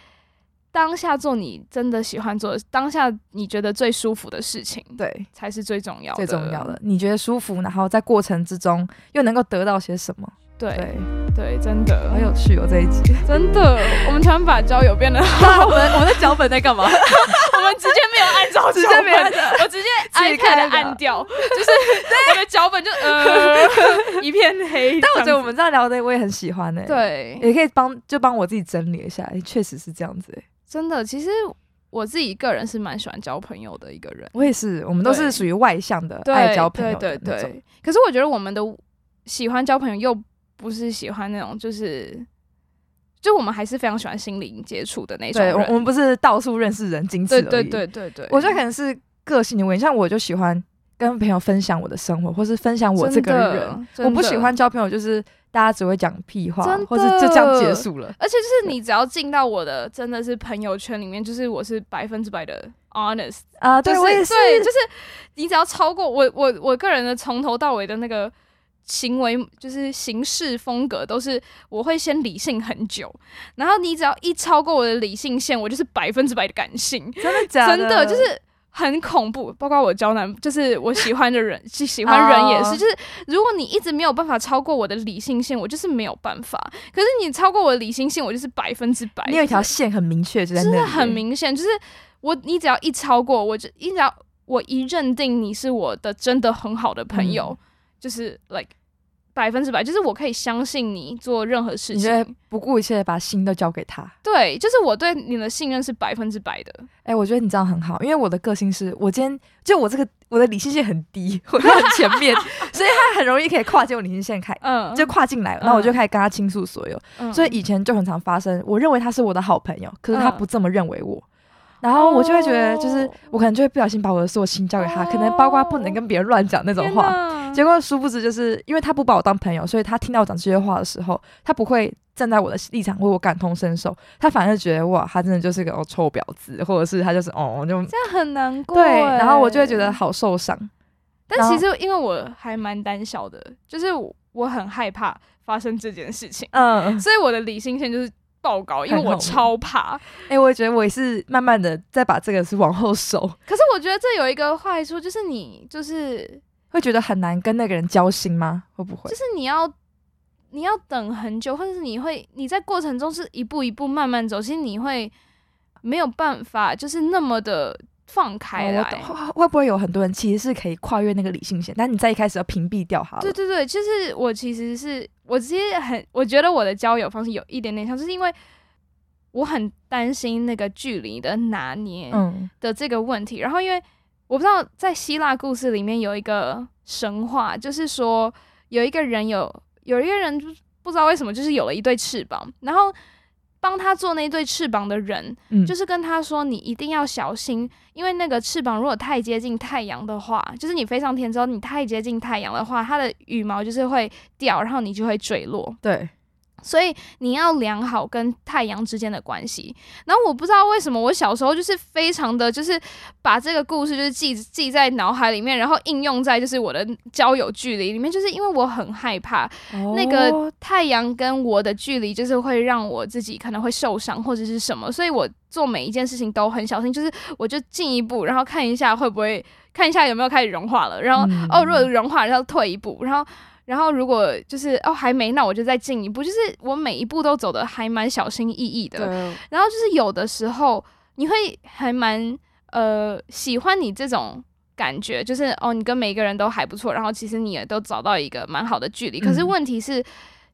Speaker 3: 当下做你真的喜欢做的，当下你觉得最舒服的事情，，
Speaker 2: 对。
Speaker 3: 才是最重要的。
Speaker 2: 最重要的，，你觉得舒服，然后在过程之中又能够得到些什么？
Speaker 3: 对
Speaker 2: 对，
Speaker 3: 对，真的
Speaker 2: 好，有趣哦这一集。
Speaker 3: 真的，我们突然把交友变得，
Speaker 2: 那我们我们的脚本在干嘛？
Speaker 3: 我们直接没有按照
Speaker 2: 直
Speaker 3: 脚
Speaker 2: 接没有按
Speaker 3: 本
Speaker 2: 照，
Speaker 3: 我直接
Speaker 2: 切开
Speaker 3: iPad
Speaker 2: 的
Speaker 3: 按掉， 就是我的脚本就呃一片黑。
Speaker 2: 但我
Speaker 3: 这
Speaker 2: 觉得
Speaker 3: 样
Speaker 2: 我们这样聊的我也很喜欢呢、欸
Speaker 3: 子，对，
Speaker 2: 也可以帮就帮我自己整理一下，诶确实是这样子、欸诶
Speaker 3: 真的，其实我自己个人是蛮喜欢交朋友的一个人，
Speaker 2: 我也是，我们都
Speaker 3: 对
Speaker 2: 是属于外向的，
Speaker 3: 对
Speaker 2: 爱交朋友
Speaker 3: 对
Speaker 2: 的
Speaker 3: 对
Speaker 2: 那种。
Speaker 3: 对。可是我觉得我们的喜欢交朋友又不是喜欢那种就是。就我们还是非常喜欢心灵接触的那种
Speaker 2: 对，
Speaker 3: 人，
Speaker 2: 我我们不是到处认识人，仅此而
Speaker 3: 对
Speaker 2: 已。
Speaker 3: 对对对对，
Speaker 2: 我觉得可能是个性的问题，像我就喜欢跟朋友分享我的生活，或是分享我这个人。
Speaker 3: 真的
Speaker 2: 我不喜欢，交朋友，就是大家只会讲屁话
Speaker 3: 真的，
Speaker 2: 或是就这样结束了。
Speaker 3: 而且就是你只要进到我的真的是朋友圈里面，就是我是百分之百的 honest，
Speaker 2: 啊、
Speaker 3: 就
Speaker 2: 对我也是，
Speaker 3: 对，就是你只要超过我我我个人的从头到尾的那个行为，就是行事风格，都是我会先理性很久，然后你只要一超过我的理性线，我就是百分之百的感性，
Speaker 2: 真的假
Speaker 3: 真
Speaker 2: 的？
Speaker 3: 的就是。很恐怖，包括我交男，就是我喜欢的 人，喜喜欢人也是
Speaker 2: 哦
Speaker 3: 就是如果你一直没有办法超过我的理性线，我就是没有办法。可是你超过我的理性线，我就是百分之百。
Speaker 2: 你有一条线很明确，就在那
Speaker 3: 真
Speaker 2: 里、
Speaker 3: 的很明显，就是我你只要一超过，我就一只要我一认定你是我的真的很好的朋友，
Speaker 2: 嗯
Speaker 3: 就是 like 百分之百，就是我可以相信你做任何事
Speaker 2: 你就会
Speaker 3: 情。
Speaker 2: 不顾一切地把心都交给他。
Speaker 3: 对，就是我对你的信任是百分之百的。
Speaker 2: 哎、我觉得你这样很好，因为我的个性是我今天就我这个我的理性线很低，我就很前 面，所以他很容易可以跨进我理性线开，
Speaker 3: 嗯，
Speaker 2: 就跨进来了，那我就开始跟他倾诉所有。
Speaker 3: 嗯
Speaker 2: 所以以前就很常发生，我认为他是我的好朋友，可是他
Speaker 3: 嗯哦
Speaker 2: 不这么认为我。然后我就会觉得，就是我可能就会不小心把我的所有心交给他，可能包括不能跟别人乱讲那种话。
Speaker 3: 话
Speaker 2: 结果殊不知，就是因为他不把我当朋友，所以他听到我讲这些话的时候，他不会站在我的立场为我感同身受，他反而觉得哇，他真的就是个、哦、臭婊子，或者是他就是哦 就
Speaker 3: 这样很难过、欸
Speaker 2: 对，然后我就会觉得，好受伤。然
Speaker 3: 但
Speaker 2: 后
Speaker 3: 其实因为我还蛮胆小的，就是我我很害怕发生这件事情，
Speaker 2: 嗯，
Speaker 3: 所以我的理性线就是爆高，因为
Speaker 2: 很
Speaker 3: 我
Speaker 2: 恐怖
Speaker 3: 超怕。
Speaker 2: 哎、我也觉得我也是慢慢的再把这个是往后收，
Speaker 3: 可是我觉得这有一个坏处，就是你就是
Speaker 2: 会觉得很难跟那个人交心吗？会不会
Speaker 3: 就？是你要你要等很久，或者是你会你在过程中是一步一步慢慢走，其实你会没有办法就是那么的放开
Speaker 2: 哦
Speaker 3: 来。
Speaker 2: 我懂会会不会有很多人其实是可以跨越那个理性线，但你在一开始要屏蔽掉他了？
Speaker 3: 对对对，就是我其实是我其实很，我觉得我的交友方式有一点点像，就是因为我很担心那个距离的拿捏
Speaker 2: 嗯，
Speaker 3: 的这个问题。然后因为我不知道在希腊故事里面有一个神话，就是说有一个人有有一个人就是不知道为什么就是有了一对翅膀，然后帮他做那对翅膀的人
Speaker 2: 嗯，
Speaker 3: 就是跟他说，你一定要小心，因为那个翅膀如果太接近太阳的话，就是你飞上天之后，你太接近太阳的话，它的羽毛就是会掉，然后你就会坠落。
Speaker 2: 对，
Speaker 3: 所以你要量好跟太阳之间的关系。然后我不知道为什么，我小时候就是非常的就是把这个故事就是记记在脑海里面，然后应用在就是我的交友距离里面，就是因为我很害怕那
Speaker 2: 哦
Speaker 3: 个太阳跟我的距离，就是会让我自己可能会受伤或者是什么，所以我做每一件事情都很小心，就是我就进一步，然后看一下会不会看一下有没有开始融化了，然后、
Speaker 2: 嗯
Speaker 3: 哦，如果融化了，然后退一步，然后然后如果就是哦还没，那我就再进一步，就是我每一步都走的还蛮小心翼翼的，
Speaker 2: 对，
Speaker 3: 然后就是有的时候你会还蛮呃喜欢你这种感觉，就是哦，你跟每一个人都还不错，然后其实你也都找到一个蛮好的距离。可是
Speaker 2: 嗯
Speaker 3: 问题是，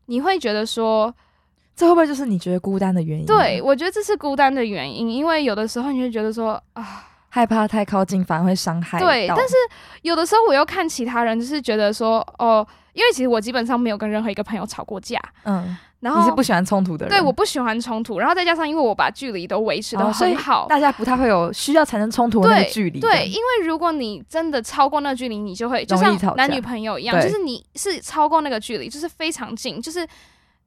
Speaker 3: 你会觉得说，
Speaker 2: 这会不会就是你觉得孤单的原因？
Speaker 3: 对，我觉得这是孤单的原因，因为有的时候你会觉得说啊，
Speaker 2: 害怕太靠近反而会伤害到。
Speaker 3: 对但是有的时候我又看其他人，就是觉得说哦，因为其实我基本上没有跟任何一个朋友吵过架，
Speaker 2: 嗯，
Speaker 3: 然后
Speaker 2: 你是不喜欢冲突的人，
Speaker 3: 对我不喜欢冲突，然后再加上因为我把距离都维持的
Speaker 2: 哦所以
Speaker 3: 很好，
Speaker 2: 大家不太会有需要产生冲突的那个
Speaker 3: 对
Speaker 2: 距离的。
Speaker 3: 对，因为如果你真的超过那距离，你就会就
Speaker 2: 容
Speaker 3: 像
Speaker 2: 易吵
Speaker 3: 男
Speaker 2: 架
Speaker 3: 女朋友一样，
Speaker 2: 对
Speaker 3: 就是你是超过那个距离，就是非常近，就是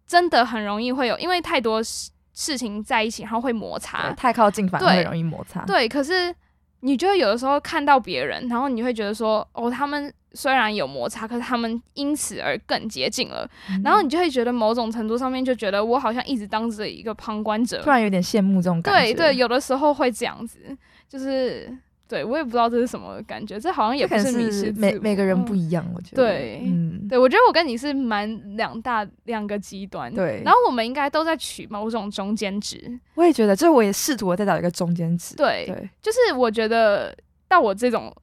Speaker 3: 真的很容易会有，因为太多事事情在一起，然后会摩
Speaker 2: 对
Speaker 3: 擦。
Speaker 2: 太靠近反而会
Speaker 3: 对
Speaker 2: 容易摩擦。
Speaker 3: 对，可是你就会有的时候看到别人，然后你会觉得说，哦，他们虽然有摩擦，可是他们因此而更接近了，
Speaker 2: 嗯，
Speaker 3: 然后你就会觉得某种程度上面就觉得我好像一直当着一个旁观者
Speaker 2: 突。然有点羡慕这种感
Speaker 3: 对
Speaker 2: 觉。
Speaker 3: 对，有的时候会这样子，就是。对，我也不知道这是什么感觉，这好像也
Speaker 2: 这
Speaker 3: 不
Speaker 2: 可能
Speaker 3: 迷失
Speaker 2: 是
Speaker 3: 自
Speaker 2: 每
Speaker 3: 我
Speaker 2: 每个人不
Speaker 3: 嗯
Speaker 2: 一样，我觉得。
Speaker 3: 对
Speaker 2: 嗯，
Speaker 3: 对，我觉得我跟你是蛮两大两个极端。，
Speaker 2: 对。
Speaker 3: 然后我们应该都在取某种中间值。
Speaker 2: 我也觉得，就是我也试图在找一个中间值。
Speaker 3: 对，
Speaker 2: 对，
Speaker 3: 就是我觉得到我这种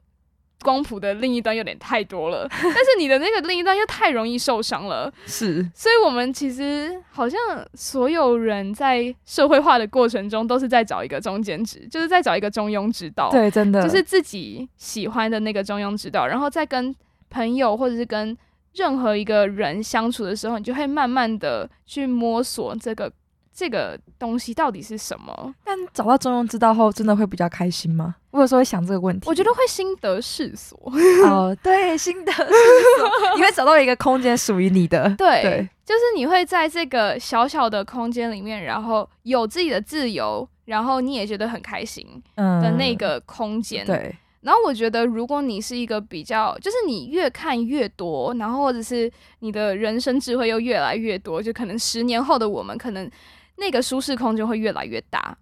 Speaker 3: 光谱的另一端有点太多了， 但是你的那个另一端又太容易受伤了，
Speaker 2: 是
Speaker 3: 所以我们其实好像所有人在社会化的过程中都是在找一个中间值，就是在找一个中庸之道。
Speaker 2: 对，真的
Speaker 3: 哦就是自己喜欢的那个中庸之道，然后再跟朋友或者是跟任何一个人相处的时候，你就会慢慢的去摸索这个这个东西到底是什么。
Speaker 2: 但找到中庸之道后，真的会比较开心吗？我有时候会想这个问题。
Speaker 3: 我觉得会心得世 所，
Speaker 2: 哦，对，新的是 说你会找到一个空间属于你的。
Speaker 3: 对，
Speaker 2: 对
Speaker 3: 就是你会在这个小小的空间里面，然后有自己的自由，然后你也觉得很开心
Speaker 2: 嗯
Speaker 3: 的那个空间。
Speaker 2: 对，
Speaker 3: 然后我觉得，如果你是一个比较，就是你越看越多，然后或者是你的人生智慧又越来越多，就可能十年后的我们，可能那个舒适空间会越来越大。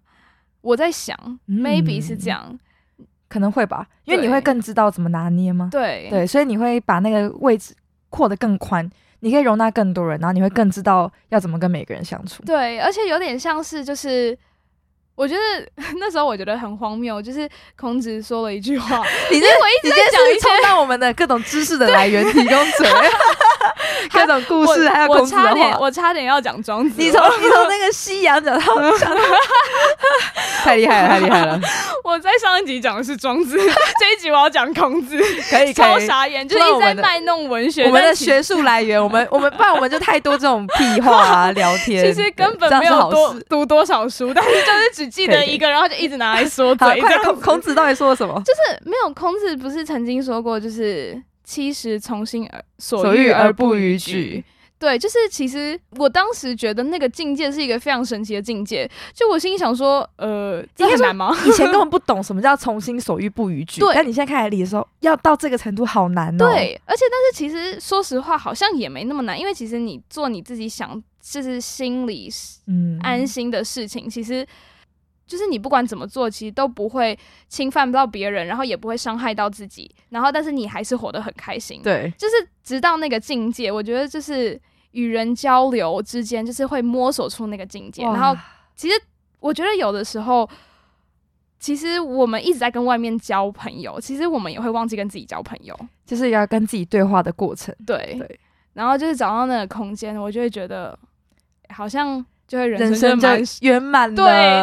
Speaker 3: 我在想、
Speaker 2: 嗯
Speaker 3: m a y b e 是这样，
Speaker 2: 可能会吧，因为你
Speaker 3: 对
Speaker 2: 会更知道怎么拿捏吗？
Speaker 3: 对
Speaker 2: 对，所以你会把那个位置扩得更宽，你可以容纳更多人，然后你会更知道要怎么跟每个人相处。
Speaker 3: 对而且有点像是就是。我觉得 那时候我觉得很荒谬，就是孔子说了一句 话，
Speaker 2: 你这
Speaker 3: 因为我一
Speaker 2: 你
Speaker 3: 直
Speaker 2: 今
Speaker 3: 在
Speaker 2: 天
Speaker 3: 讲
Speaker 2: 是
Speaker 3: 一些
Speaker 2: 充当我们的各种知识的来源提供者， 各种故
Speaker 3: 我
Speaker 2: 事还有
Speaker 3: 我
Speaker 2: 孔子
Speaker 3: 差
Speaker 2: 的
Speaker 3: 点
Speaker 2: 话。
Speaker 3: 我差点要讲庄子了，
Speaker 2: 你从你从那个西洋讲到
Speaker 4: 太厉害了，太厉害了，
Speaker 3: 我在上一集讲的是庄子， 这一集我要讲孔子，
Speaker 4: 可以
Speaker 3: 超
Speaker 4: 可以。
Speaker 3: 傻眼，就
Speaker 4: 不然
Speaker 3: 是一
Speaker 4: 我
Speaker 3: 直在
Speaker 4: 们的
Speaker 3: 卖弄文学，
Speaker 4: 我们
Speaker 3: 但
Speaker 4: 的
Speaker 3: 其
Speaker 4: 学术来源，我们我们不然我们就太多这种屁话 啊，聊天，
Speaker 3: 其实根
Speaker 4: 这
Speaker 3: 本
Speaker 4: 样
Speaker 3: 没
Speaker 4: 是
Speaker 3: 有
Speaker 4: 好
Speaker 3: 多
Speaker 4: 事
Speaker 3: 读多少书，但是就是只记
Speaker 4: 可
Speaker 3: 得
Speaker 4: 以
Speaker 3: 一个，然后就一直拿来 说
Speaker 4: 好，
Speaker 3: 嘴。这
Speaker 4: 快
Speaker 3: 样
Speaker 4: 孔孔子到底说了什么？
Speaker 3: 就是没有孔子不是曾经说过，就是七十从心而 所
Speaker 4: 欲
Speaker 3: 欲
Speaker 4: 而
Speaker 3: 而
Speaker 4: 不
Speaker 3: 不
Speaker 4: 逾
Speaker 3: 逾
Speaker 4: 矩
Speaker 3: 矩。对，就是其实我当时觉得那个境界是一个非常神奇的境界，就我心里想说，呃，这
Speaker 2: 应该
Speaker 3: 很
Speaker 2: 说
Speaker 3: 难 吗？
Speaker 2: 以前根本不懂什么叫从心所欲不逾矩，
Speaker 3: 对
Speaker 2: 但你现在看来理的时候，要到这个程度好难哦。，
Speaker 3: 对，而且但是其实说实话，好像也没那么难，因为其实你做你自己想，就是心里
Speaker 2: 嗯，
Speaker 3: 安心的事情，其实就是你不管怎么做，其实都不会侵犯到别人，然后也不会伤害到自己，然后但是你还是活得很开心。，
Speaker 4: 对，
Speaker 3: 就是直到那个境界，我觉得就是与人交流之间，就是会摸索出那个境界。
Speaker 2: 哇
Speaker 3: 然后其实我觉得有的时候。其实我们一直在跟外面交朋友，其实我们也会忘记跟自己交朋友。
Speaker 2: 就是要跟自己对话的过程。
Speaker 3: 对，
Speaker 2: 对
Speaker 3: 然后就是找到那个空间，我就会觉得好像就会人
Speaker 2: 人生
Speaker 3: 就
Speaker 2: 就
Speaker 3: 蛮
Speaker 2: 圆满了。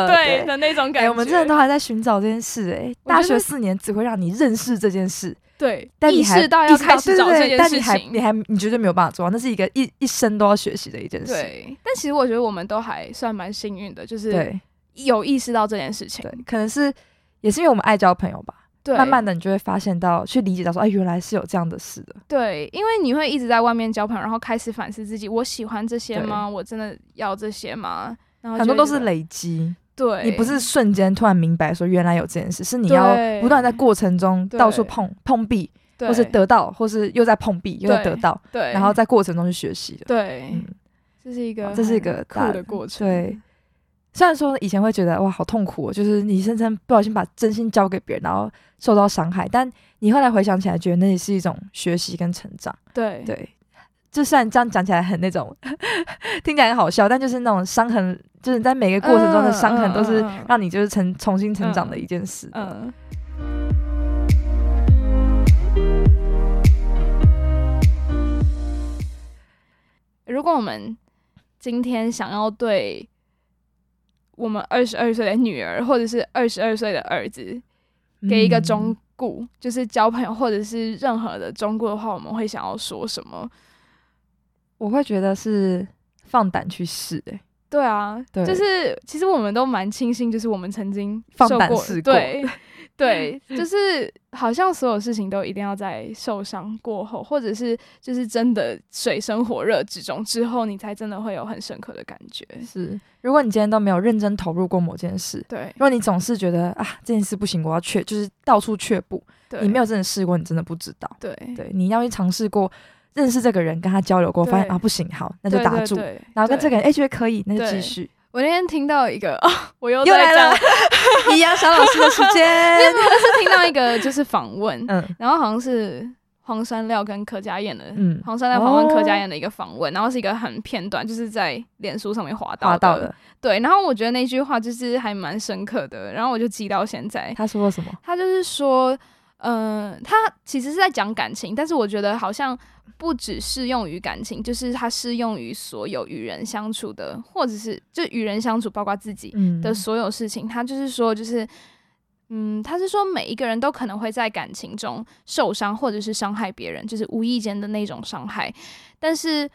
Speaker 3: 对对的那种
Speaker 2: 哎、
Speaker 3: 感觉。
Speaker 2: 我们真的都还在寻找这件事、哎，
Speaker 3: 我觉
Speaker 2: 大
Speaker 3: 得
Speaker 2: 学四年只会让你认识这件事，
Speaker 3: 对
Speaker 2: 但
Speaker 3: 意
Speaker 2: 你还
Speaker 3: 识到要
Speaker 2: 意识
Speaker 3: 开始找
Speaker 2: 对
Speaker 3: 这
Speaker 2: 对
Speaker 3: 件事
Speaker 2: 对但你
Speaker 3: 情。
Speaker 2: 还你还你绝对没有办法做到，那是一个一一生都要学习的一件事。
Speaker 3: 对，但其实我觉得我们都还算蛮幸运的，就是
Speaker 2: 对
Speaker 3: 有意识到这件事情。
Speaker 2: 对可能是也是因为我们爱交朋友吧，
Speaker 3: 对，
Speaker 2: 慢慢的你就会发现到去理解到说，哎，原来是有这样的事的。
Speaker 3: 对，因为你会一直在外面交朋友，然后开始反思自己，我喜欢这些吗？我真的要这些吗？然后
Speaker 2: 很
Speaker 3: 哦就
Speaker 2: 多
Speaker 3: 会
Speaker 2: 都
Speaker 3: 觉
Speaker 2: 是
Speaker 3: 得
Speaker 2: 累积，
Speaker 3: 对，
Speaker 2: 你不是瞬间突然明白说原来有这件事，是你要
Speaker 3: 对
Speaker 2: 不断在过程中
Speaker 3: 对
Speaker 2: 到处碰碰壁，
Speaker 3: 对，
Speaker 2: 或是得到，或是又在碰壁，又在
Speaker 3: 对
Speaker 2: 得到，
Speaker 3: 对，
Speaker 2: 然后在过程中去学习的。
Speaker 3: 对，
Speaker 2: 嗯，
Speaker 3: 这是一个
Speaker 2: 这是一
Speaker 3: 很
Speaker 2: 个
Speaker 3: 酷
Speaker 2: 大
Speaker 3: 的过程。
Speaker 2: 对。虽然说以前会觉得哇好痛苦、哦，就是你深深不小心把真心交给别人，然后受到伤害，但你后来回想起来，觉得那也是一种学习跟成长。
Speaker 3: 对
Speaker 2: 对，就虽然这样讲起来很那种， 听起来很好笑，但就是那种伤痕，就是你在每个过程中的伤
Speaker 3: 嗯
Speaker 2: 痕，都是
Speaker 3: 嗯嗯
Speaker 2: 让你就是成重新成长的一件事。
Speaker 3: 嗯，如果我们今天想要对我们二十二岁的女儿，或者是二十二岁的儿子，给一个忠
Speaker 2: 嗯
Speaker 3: 固，就是交朋友或者是任何的忠固的话，我们会想要说什么？
Speaker 2: 我会觉得是放胆去试、欸，
Speaker 3: 对啊，
Speaker 2: 对
Speaker 3: 就是其实我们都蛮庆幸，就是我们曾经
Speaker 2: 放
Speaker 3: 受
Speaker 2: 胆
Speaker 3: 过
Speaker 2: 试过
Speaker 3: 对 对，就是好像所有事情都一定要在受伤过后，或者是就是真的水深火热之中之后，你才真的会有很深刻的感觉。
Speaker 2: 欸是，如果你今天都没有认真投入过某件事，
Speaker 3: 对
Speaker 2: 如果你总是觉得啊这件事不行，我要却就是到处却步，
Speaker 3: 对，
Speaker 2: 你没有真的试过，你真的不知道。
Speaker 3: 对
Speaker 2: 对，你要去尝试过，认识这个人，跟他交流过，发现
Speaker 3: 对
Speaker 2: 啊不行，好，那
Speaker 3: 那
Speaker 2: 就打住。然后跟这个人，哎、觉得可以，那就继
Speaker 3: 对
Speaker 2: 续。
Speaker 3: 我那天听到一个，哦、我又
Speaker 2: 又
Speaker 3: 在
Speaker 2: 来
Speaker 3: 讲
Speaker 2: 了， 一样小老师的时
Speaker 3: 就
Speaker 2: 间。
Speaker 3: 是听到一个就是访问，
Speaker 2: 嗯
Speaker 3: 然后好像是黄山料跟柯佳燕的，
Speaker 2: 嗯，
Speaker 3: 黄山料访问柯佳燕的一个访问，然后是一个很片段，就是在脸书上面滑到
Speaker 2: 划
Speaker 3: 的。
Speaker 2: 到了。
Speaker 3: 对，然后我觉得那句话就是还蛮深刻的，然后我就记到现在。
Speaker 2: 他说了什么？
Speaker 3: 他就是说，嗯、他其实是在讲感情，但是我觉得好像不只适用于感情，就是它适用于所有与人相处的，或者是就与人相处，包括自己
Speaker 2: 嗯
Speaker 3: 的所有事情。他就是说，就是。嗯，他是说每一个人都可能会在感情中受伤，或者是伤害别人，就是无意间的那种伤害。但是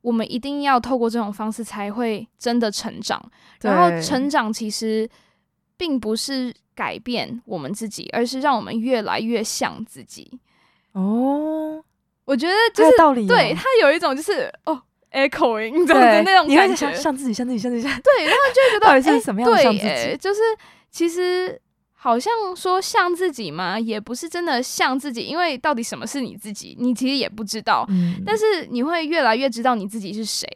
Speaker 3: 我们一定要透过这种方式才会真的成长。然后
Speaker 2: 对
Speaker 3: 成长其实并不是改变我们自己，而是让我们越来越像自己。
Speaker 2: 哦，
Speaker 3: 我觉得就
Speaker 2: 这
Speaker 3: 是
Speaker 2: 有道理哦。
Speaker 3: 对他有一种就是哦 echoing 这样
Speaker 2: 对
Speaker 3: 的那种
Speaker 2: 你会
Speaker 3: 感
Speaker 2: 想
Speaker 3: 觉，
Speaker 2: 像自己，像自己，像自 己，像
Speaker 3: 对，然后就会觉得
Speaker 2: 到底是
Speaker 3: 诶
Speaker 2: 什么样的
Speaker 3: 对
Speaker 2: 像自己
Speaker 3: 诶就是其实。好像说像自己嘛，也不是真的像自己，因为到底什么是你自己，你其实也不知道。
Speaker 2: 嗯，
Speaker 3: 但是你会越来越知道你自己是谁，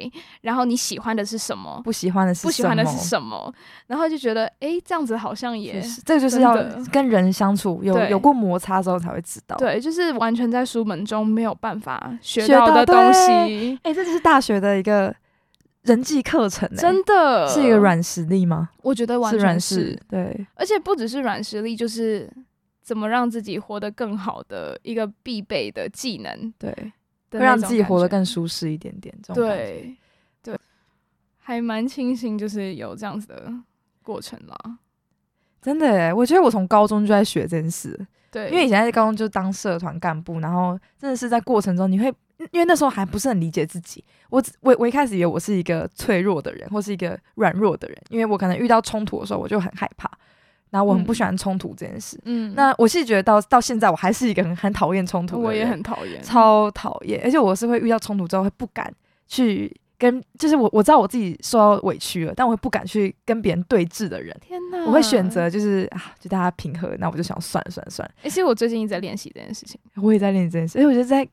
Speaker 3: 然后你喜欢的是什么，
Speaker 2: 不喜欢的是
Speaker 3: 不喜欢的是
Speaker 2: 么
Speaker 3: 什么，然后就觉得诶，这样子好像也
Speaker 2: 确实这个就是要
Speaker 3: 真的
Speaker 2: 跟人相处，有
Speaker 3: 对
Speaker 2: 有过摩擦之后才会知道。，
Speaker 3: 对，就是完全在书本中没有办法学
Speaker 2: 学到
Speaker 3: 的东
Speaker 2: 对
Speaker 3: 西，
Speaker 2: 哎，这就是大学的一个人际课程欸，
Speaker 3: 真的
Speaker 2: 是一个，软实力吗？
Speaker 3: 我觉得完
Speaker 2: 是
Speaker 3: 全
Speaker 2: 软实，对，
Speaker 3: 而且不只是软实力，就是怎么让自己活得更好的一个必备的技能
Speaker 2: 对，
Speaker 3: 的那
Speaker 2: 会让
Speaker 3: 种
Speaker 2: 自己活得
Speaker 3: 感
Speaker 2: 更舒适一点点。这
Speaker 3: 觉
Speaker 2: 种感觉，
Speaker 3: 对对，还蛮庆幸就是有这样子的过程啦。
Speaker 2: 真的耶，我觉得我从高中就在学这件事，
Speaker 3: 对，
Speaker 2: 因为以前在高中就当社团干部，然后真的是在过程中你会，因为那时候还不是很理解自己，我只我我一开始以为我是一个脆弱的人，或是一个软弱的人，因为我可能遇到冲突的时候我就很害怕，然后我很不喜欢冲突这件事。
Speaker 3: 嗯，
Speaker 2: 那我是觉得到到现在我还是一个很很讨厌冲突的人，
Speaker 3: 我也很讨厌，
Speaker 2: 超讨厌，而且我是会遇到冲突之后会不敢去跟，就是我我知道我自己受到委屈了，但我会不敢去跟别人对峙的人。
Speaker 3: 天哪，
Speaker 2: 我会选。择就是啊，就大家平和，那我就想算了算了算了。
Speaker 3: 欸其实我最近一直在练习这件事情，
Speaker 2: 我也在练这件事，因为我觉得在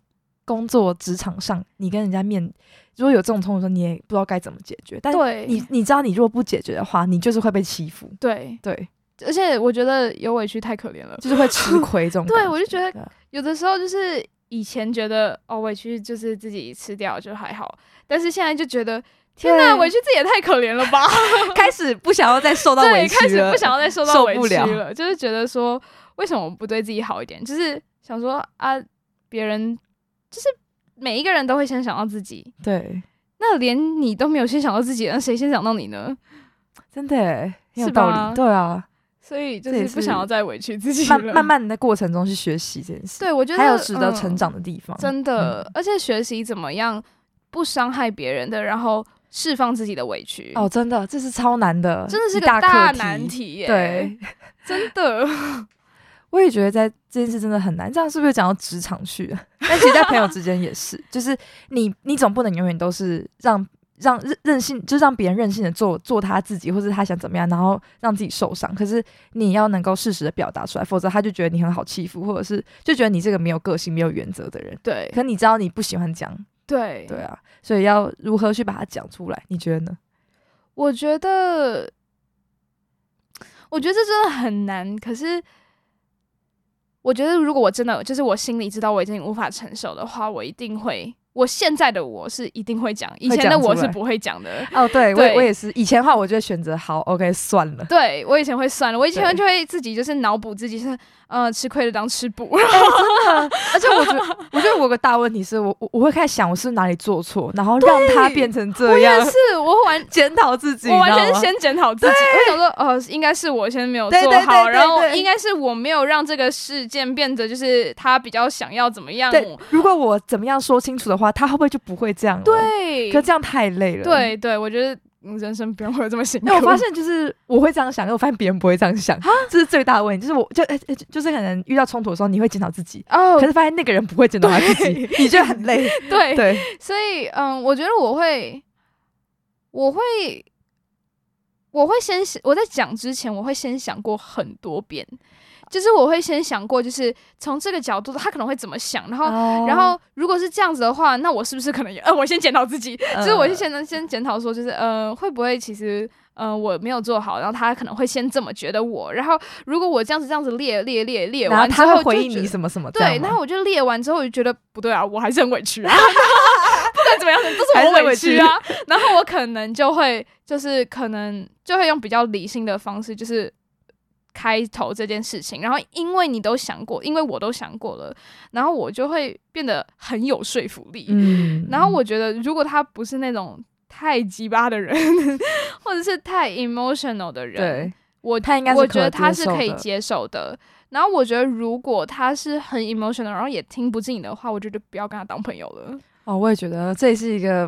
Speaker 2: 工作职场上，你跟人家面，如果有这种冲突的时候，你也不知道该怎么解决。但
Speaker 3: 对
Speaker 2: 你你知道，你如果不解决的话，你就是会被欺负，
Speaker 3: 对，
Speaker 2: 对，
Speaker 3: 而且我觉得有委屈太可怜了。
Speaker 2: 就是会吃亏这种感。
Speaker 3: 对我就觉得
Speaker 2: 对啊
Speaker 3: 有的时候就是以前觉得哦委屈就是自己吃掉就还好，但是现在就觉得天哪，
Speaker 2: 对
Speaker 3: 委屈自己也太可怜了 吧！
Speaker 2: 开始不想要再受到委
Speaker 3: 对，
Speaker 2: 屈
Speaker 3: 开始
Speaker 2: 了
Speaker 3: 不想要再受到
Speaker 2: 受
Speaker 3: 委
Speaker 2: 不
Speaker 3: 屈
Speaker 2: 了
Speaker 3: 了，就是觉得说为什么不对自己好一点？就是想说啊，别人就是每一个人都会先想到自己，
Speaker 2: 对，
Speaker 3: 那连你都没有先想到自己，那谁先想到你呢？
Speaker 2: 真的耶很有
Speaker 3: 是
Speaker 2: 道
Speaker 3: 吧
Speaker 2: 理，对啊。
Speaker 3: 所以就
Speaker 2: 这也
Speaker 3: 是不想
Speaker 2: 是
Speaker 3: 要再委屈自己
Speaker 2: 慢
Speaker 3: 了。
Speaker 2: 慢慢的过程中去学习这件事，
Speaker 3: 对我觉得
Speaker 2: 还有值得
Speaker 3: 嗯
Speaker 2: 成长的地方。嗯
Speaker 3: 真的，而且学习怎么样不伤害别人的，然后释放自己的委屈，
Speaker 2: 哦，，真的，这是超难的，
Speaker 3: 真的是
Speaker 2: 一
Speaker 3: 个
Speaker 2: 大
Speaker 3: 大
Speaker 2: 课
Speaker 3: 难
Speaker 2: 题。
Speaker 3: 题耶，，
Speaker 2: 对，
Speaker 3: 真的，
Speaker 2: 我也觉得在这件事真的很难。这样是不是讲到职场去了？ 但其实，在朋友之间也是， 就是你你总不能永远都是让让任任性，就让别人任性的做做他自己，或者他想怎么样，然后让自己受伤。可是你要能够适时的表达出来，否则他就觉得你很好欺负，或者是就觉得你这个没有个性、没有原则的人。
Speaker 3: 对，
Speaker 2: 可你知道你不喜欢讲，
Speaker 3: 对，
Speaker 2: 对啊，所以要如何去把它讲出来？你觉得呢？
Speaker 3: 我觉得，我觉得这真的很难。可是，我觉得如果我真的就是我心里知道我已经无法承受的话，我一定会。我现在的我是一定会讲，以前的
Speaker 2: 讲出
Speaker 3: 我是
Speaker 2: 来
Speaker 3: 不会讲的。
Speaker 2: 哦，对我
Speaker 3: 对
Speaker 2: 也我也是，以前的话我就会选择好，OK，算了。
Speaker 3: 对我以前会算了，我以前
Speaker 2: 对
Speaker 3: 就会自己就是脑补自己是，呃，吃亏的当吃 补。
Speaker 2: 而且我觉得，我觉得我有个大问题是我我我会开始想我是不是哪里做错，然后让它变成这样，
Speaker 3: 是我完
Speaker 2: 检讨 自己，
Speaker 3: 我完
Speaker 2: 你知
Speaker 3: 全
Speaker 2: 道吗
Speaker 3: 先检讨自己，我想说，哦、应该是我先没有做
Speaker 2: 对
Speaker 3: 好，
Speaker 2: 对对
Speaker 3: 然后
Speaker 2: 对对
Speaker 3: 应该是我没有让这个事件变得就是他比较想要怎么样，
Speaker 2: 对。如果我怎么样说清楚的话，他会不会就不会这样了？，
Speaker 3: 对，
Speaker 2: 可这样太累了。。
Speaker 3: 对对，我觉得嗯人生不用活得这么辛苦。
Speaker 2: 因为哎我发现，就是我会这样想，可我发现别人不会这 样想，这是最大的问题。就是我就、呃呃就是可能遇到冲突的时候，你会检讨自己，
Speaker 3: 哦
Speaker 2: 可，是发现那个人不会检讨他自己，你觉得很 累。
Speaker 3: 对，
Speaker 2: 对，
Speaker 3: 所以嗯，我觉得我会，我会。我会先想我在讲之前，我会先想过很多遍，就是我会先想过，就是从这个角度他可能会怎么想，然后
Speaker 2: 哦
Speaker 3: 然后如果是这样子的话，那我是不是可能也…… 呃，我先检讨自己，
Speaker 2: 呃
Speaker 3: 就是我就先先检讨说，就是呃，会不会其实呃我没有做好，然后他可能会先这么觉得我，然后如果我这样子这样子列列列列
Speaker 2: 然后
Speaker 3: 完之
Speaker 2: 他
Speaker 3: 后
Speaker 2: 会
Speaker 3: 就
Speaker 2: 回
Speaker 3: 觉
Speaker 2: 应你
Speaker 3: 得
Speaker 2: 什么什么，这
Speaker 3: 对，
Speaker 2: 样吗
Speaker 3: 然后我就列完之后，我就觉得不对啊，我还是很委屈 啊，不管怎么样，都是我委屈啊。然后我可能就会，就是可能就会用比较理性的方式，就是开头这件事情。然后因为你都想过，因为我都想过了，然后我就会变得很有说服力。
Speaker 2: 嗯
Speaker 3: 然后我觉得，如果他不是那种太鸡巴的人， 或者是太 emotional 的人，
Speaker 2: 对
Speaker 3: 我
Speaker 2: 他应该是
Speaker 3: 我
Speaker 2: 可
Speaker 3: 觉得他
Speaker 2: 接
Speaker 3: 是
Speaker 2: 受
Speaker 3: 可以
Speaker 2: 的
Speaker 3: 接受的。然后我觉得，如果他是很 emotional，然后也听不进的话，我觉得不要跟他当朋友了。
Speaker 2: 哦，我也觉得这也是一个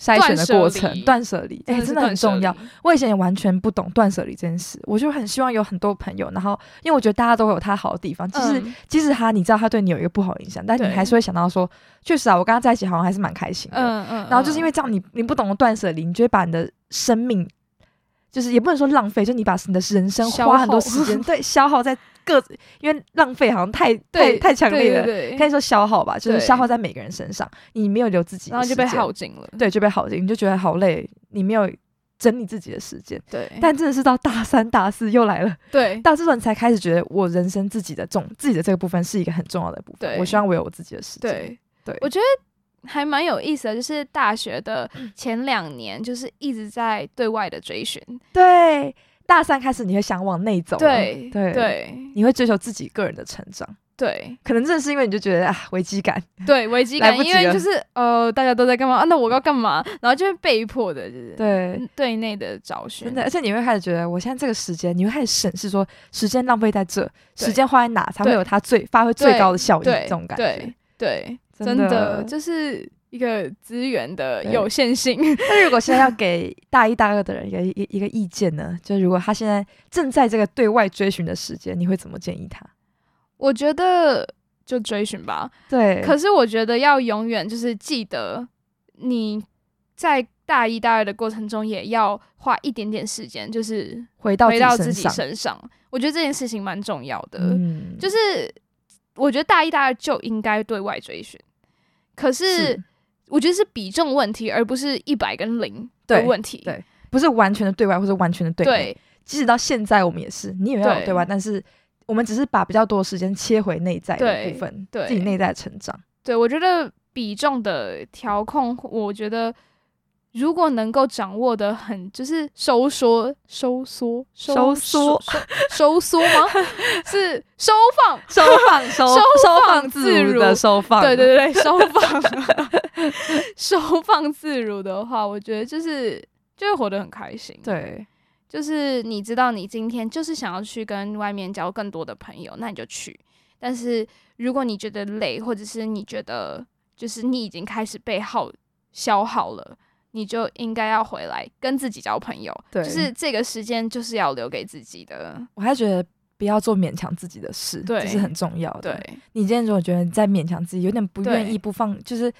Speaker 2: 筛选的过程，断
Speaker 3: 断
Speaker 2: 舍离，哎，
Speaker 3: 是
Speaker 2: 真的很
Speaker 3: 断舍
Speaker 2: 重要
Speaker 3: 离。。
Speaker 2: 我以前也完全不懂断舍离这件事，我就很希望有很多朋友，然后因为我觉得大家都会有他好的地方，即使
Speaker 3: 嗯
Speaker 2: 即使他你知道他对你有一个不好的影响，但你
Speaker 3: 对
Speaker 2: 还是会想到说，确实啊，我跟他在一起好像还是蛮开心的。
Speaker 3: 嗯嗯，
Speaker 2: 然后就是因为这样，你你不懂得断舍离，你就会把你的生命，就是也不能说浪费，就你把你的人生
Speaker 3: 消
Speaker 2: 花很多
Speaker 3: 耗
Speaker 2: 时间对消耗在各，因为浪费好像太太
Speaker 3: 对
Speaker 2: 太强烈了，
Speaker 3: 对对
Speaker 2: 可
Speaker 3: 对，
Speaker 2: 以说消耗吧，就是
Speaker 3: 对
Speaker 2: 消耗在每个人身上，你没有留自己的
Speaker 3: 然
Speaker 2: 时
Speaker 3: 后
Speaker 2: 间，
Speaker 3: 就被耗尽了。
Speaker 2: 对，就被耗尽，你就觉得好累，你没有整理自己的时间。
Speaker 3: 对，
Speaker 2: 但真的是到大三、大四又来了，
Speaker 3: 对
Speaker 2: 到这时候你才开始觉得我人生自己的重自己的这个部分是一个很重要的部分。
Speaker 3: 对
Speaker 2: 我希望我有我自己的时间。
Speaker 3: 对
Speaker 2: 对
Speaker 3: 我觉得还蛮有意思的，就是大学的前两年，就是一直在对外的追寻。
Speaker 2: 对大三开始你会想往内走了，
Speaker 3: 对
Speaker 2: 对
Speaker 3: 对
Speaker 2: 你会追求自己个人的成长。
Speaker 3: 对
Speaker 2: 可能正是因为你就觉得啊危机感，
Speaker 3: 对，危机
Speaker 2: 来
Speaker 3: 感，
Speaker 2: 不及
Speaker 3: 因为
Speaker 2: 了
Speaker 3: 就是呃，大家都在干嘛啊？那我要干嘛？然后就会被迫的，就是
Speaker 2: 对，
Speaker 3: 嗯对内的找寻
Speaker 2: 真。的，而且你会开始觉得，我现在这个时间，你会开始审视说，时间浪费在这，时间花在哪才会
Speaker 3: 对
Speaker 2: 有它最发挥最高的效益？
Speaker 3: 对
Speaker 2: 这种感觉
Speaker 3: 对。对，
Speaker 2: 真
Speaker 3: 真
Speaker 2: 的
Speaker 3: 就是一个资源的
Speaker 2: 对
Speaker 3: 有限性。
Speaker 2: 那如果现在要给大一、大二的人一个一一个意见呢？就如果他现在正在这个对外追寻的时间，你会怎么建议他？
Speaker 3: 我觉得就追寻吧，
Speaker 2: 对，
Speaker 3: 可是我觉得要永远就是记得，你在大一、大二的过程中，也要花一点点时间，就是
Speaker 2: 回到
Speaker 3: 回到自
Speaker 2: 身
Speaker 3: 己
Speaker 2: 上，
Speaker 3: 身上。我觉得这件事情蛮重要的，
Speaker 2: 嗯
Speaker 3: 就是是我觉得大一、大二就应该对外追寻，可是我觉得是比重问题，而不是一百跟零的
Speaker 2: 对
Speaker 3: 问题。
Speaker 2: 对不是完全的对外，或者完全的对内。
Speaker 3: 对
Speaker 2: 即使到现在，我们也是，你也要有
Speaker 3: 对
Speaker 2: 对外，但是我们只是把比较多的时间切回内在的
Speaker 3: 对
Speaker 2: 部分，
Speaker 3: 对
Speaker 2: 自己内在的成长。
Speaker 3: 对，我觉得比重的调控，我觉得如果能够掌握的很，就是收缩、收缩、
Speaker 2: 收
Speaker 3: 缩
Speaker 2: 缩、
Speaker 3: 收收缩吗？ 是收放。
Speaker 2: 收放收
Speaker 3: 收
Speaker 2: 收
Speaker 3: 放
Speaker 2: 放
Speaker 3: 自
Speaker 2: 自如的
Speaker 3: 如
Speaker 2: 收放，
Speaker 3: 对对对，收放， 收放自如的话，我觉得就是就会活得很开心。，
Speaker 2: 对
Speaker 3: 就是你知道，你今天就是想要去跟外面交更多的朋友，那你就去。但是如果你觉得累，或者是你觉得就是你已经开始被耗消耗了，你就应该要回来跟自己交朋友。
Speaker 2: 对
Speaker 3: 就是这个时间就是要留给自己的。
Speaker 2: 我还觉得不要做勉强自己的事，
Speaker 3: 对
Speaker 2: 这是很重要的。
Speaker 3: 对，
Speaker 2: 你今天如果觉得你在勉强自己，有点不愿意
Speaker 3: 对
Speaker 2: 不放，就是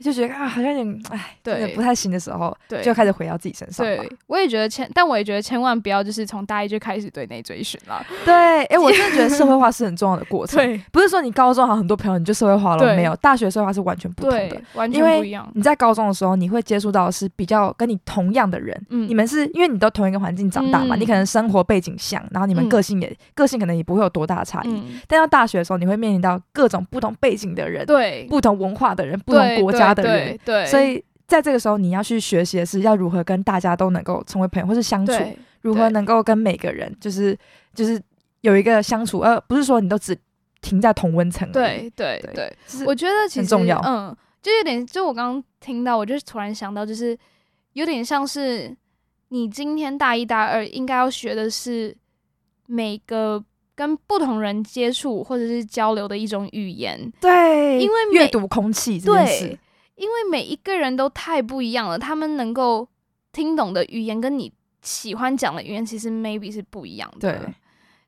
Speaker 2: 就觉得啊，好像有点哎，真的
Speaker 3: 对
Speaker 2: 不太行的时候，
Speaker 3: 对
Speaker 2: 就开始回到自己身上吧。
Speaker 3: 对，我也觉得千，但我也觉得千万不要就是从大一就开始对内追寻了。
Speaker 2: 对，哎、 我真的觉得社会化是很重要的过程，
Speaker 3: 对
Speaker 2: 不是说你高中好像很多朋友你就社会化了，
Speaker 3: 对
Speaker 2: 没有，大学社会化是完全不同的
Speaker 3: 对。，完
Speaker 2: 因
Speaker 3: 全
Speaker 2: 为
Speaker 3: 不一样。
Speaker 2: 你在高中的时候，你会接触到的是比较跟你同样的人，
Speaker 3: 嗯
Speaker 2: 你们是因为你都同一个环境长大嘛，
Speaker 3: 嗯
Speaker 2: 你可能生活背景像，然后你们
Speaker 3: 嗯
Speaker 2: 个性也、个性可能也不会有多大的差异。
Speaker 3: 嗯，
Speaker 2: 但到大学的时候，你会面临到各种不同背景的人、
Speaker 3: 对，
Speaker 2: 不同文化的人、不
Speaker 3: 对
Speaker 2: 同国家的
Speaker 3: 对
Speaker 2: 人，
Speaker 3: 对，对
Speaker 2: 所以在这个时候，你要去学习的是要如何跟大家都能够成为朋友，或是相处，
Speaker 3: 对
Speaker 2: 如何能够跟每个人就是就是有一个相处，呃，不是说你都只停在同温层而已，
Speaker 3: 对对
Speaker 2: 嗯对
Speaker 3: 对，
Speaker 2: 是
Speaker 3: 我觉得其实
Speaker 2: 很重要
Speaker 3: 嗯，就有点，就我刚刚听到，我就突然想到，就是有点像是你今天大一、大二应该要学的是每个跟不同人接触或者是交流的一种语言，
Speaker 2: 对，
Speaker 3: 因为每
Speaker 2: 阅读空气这件事
Speaker 3: 对，，因为每一个人都太不一样了，他们能够听懂的语言跟你喜欢讲的语言其实 maybe 是不一样的。
Speaker 2: 对，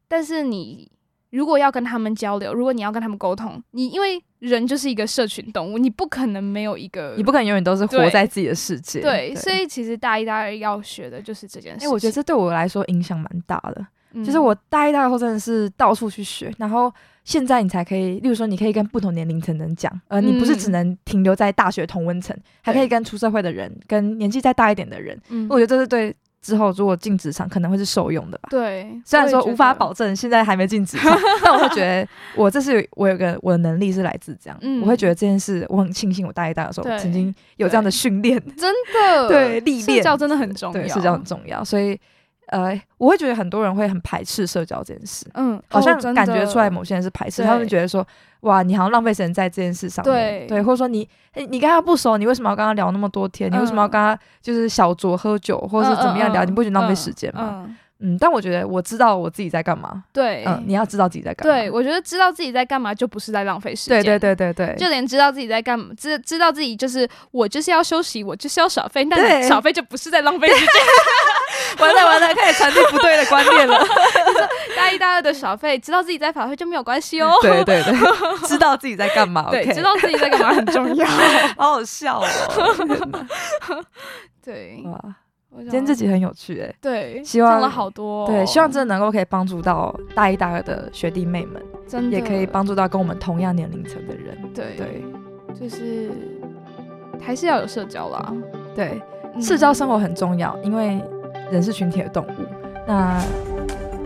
Speaker 3: 但是你如果要跟他们交流，如果你要跟他们沟通，你因为人就是一个社群动物，你不可能没有一个
Speaker 2: 你不可能永远都是活
Speaker 3: 对
Speaker 2: 在自己的世界，
Speaker 3: 对，所以其实大一、大二要学的就是这件事
Speaker 2: 哎、
Speaker 3: 情。
Speaker 2: 我觉得这对我来说影响蛮大的。
Speaker 3: 嗯
Speaker 2: 就是我大一、大二的时候真的是到处去学，然后现在你才可以，例如说你可以跟不同年龄层的人讲，呃，你不是只
Speaker 3: 嗯
Speaker 2: 能停留在大学同温层，还可以跟出社会的人、跟年纪再大一点的人，
Speaker 3: 嗯
Speaker 2: 我觉得这是对之后如果进职场可能会是受用的吧。
Speaker 3: 对，
Speaker 2: 虽然
Speaker 3: 我也
Speaker 2: 说
Speaker 3: 觉
Speaker 2: 无法
Speaker 3: 得
Speaker 2: 保证现在还没进职场，但我会觉得我这是有我有个我的能力是来自这样，
Speaker 3: 嗯
Speaker 2: 我会觉得这件事我很庆幸我大一、大二的时候
Speaker 3: 对
Speaker 2: 曾经有这样的训练，
Speaker 3: 真的
Speaker 2: 对历
Speaker 3: 社
Speaker 2: 练
Speaker 3: 交真的很重要，
Speaker 2: 对，社交很重要，所以呃，我会觉得很多人会很排斥社交这件事。
Speaker 3: 嗯，
Speaker 2: 好
Speaker 3: 哦
Speaker 2: 像
Speaker 3: 真
Speaker 2: 感觉
Speaker 3: 的
Speaker 2: 出来某些人是排斥，
Speaker 3: 对
Speaker 2: 他们觉得说，哇，你好像浪费时间在这件事上面，
Speaker 3: 对
Speaker 2: 对，或者说你诶你跟他不熟，你为什么要跟他聊那么多天？你为什么要
Speaker 3: 嗯
Speaker 2: 跟他就是小酌喝酒，或者是怎么样
Speaker 3: 嗯
Speaker 2: 聊？
Speaker 3: 嗯
Speaker 2: 你不觉得浪费
Speaker 3: 嗯
Speaker 2: 时间吗？
Speaker 3: 嗯，
Speaker 2: 嗯，但我觉得我知道我自己在干嘛，
Speaker 3: 对，
Speaker 2: 嗯，你要知道自己在干嘛，
Speaker 3: 对，我觉得知道自己在干嘛就不是在浪费时间。
Speaker 2: 对对对对对，
Speaker 3: 就连知道自己在干嘛，知知道自己就是我就是要休息，我就是要耍废，但
Speaker 2: 对
Speaker 3: 你耍废就不是在浪 费时间。
Speaker 2: 完了完了，开始传递不对的观念了，
Speaker 3: 大一、大二的耍废，知道自己在耍废就没有关系哦。
Speaker 2: 对对对，知道自己在干 嘛，
Speaker 3: 对
Speaker 2: OK
Speaker 3: 知道自己在干嘛很重 要。
Speaker 2: 好好笑 哦，天哪
Speaker 3: 对，
Speaker 2: 哇，
Speaker 3: 我
Speaker 2: 嗯今天这集很有趣哎。
Speaker 3: 对，
Speaker 2: 希望
Speaker 3: 讲了好多哦、
Speaker 2: 对，希望真的能够可以帮助到大一、大二的学弟妹们，
Speaker 3: 真的
Speaker 2: 也可以帮助到跟我们同样年龄层的人。
Speaker 3: 对
Speaker 2: 对
Speaker 3: 就是还是要有社交啦，
Speaker 2: 对，
Speaker 3: 嗯
Speaker 2: 社交生活很重要，因为人是群体的动物。那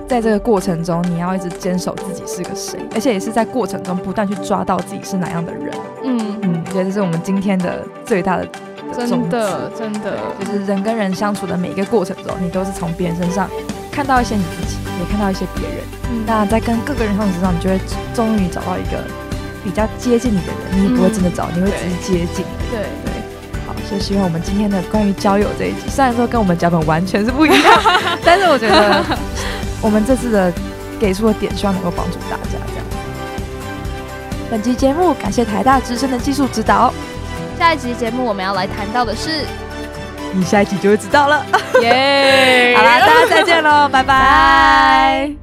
Speaker 2: 在这个过程中，你要一直坚守自己是个谁，而且也是在过程中不断去抓到自己是哪样的人。
Speaker 3: 嗯，
Speaker 2: 嗯，我觉得这是我们今天的最大的
Speaker 3: 真
Speaker 2: 宗旨
Speaker 3: 的真的
Speaker 2: 对就是人跟人相处的每一个过程中，你都是从别人身上看到一些你自己，也看到一些别人。那在跟各个人相处之上，你就会终于找到一个比较接近你的人，你也不会真的找，你会只是接近。
Speaker 3: 对
Speaker 2: 好，所以希望我们今天的关于交友这一集，虽然说跟我们脚本完全是不一样，但是我觉得我们这次的给出的点，希望能够帮助大家。这样，本期节目感谢台大资深的技术指导，
Speaker 1: 下一集节目我们要来谈到的是，
Speaker 2: 你下一集就会知道了。
Speaker 3: 耶！
Speaker 2: 好啦，大家再见喽，拜拜。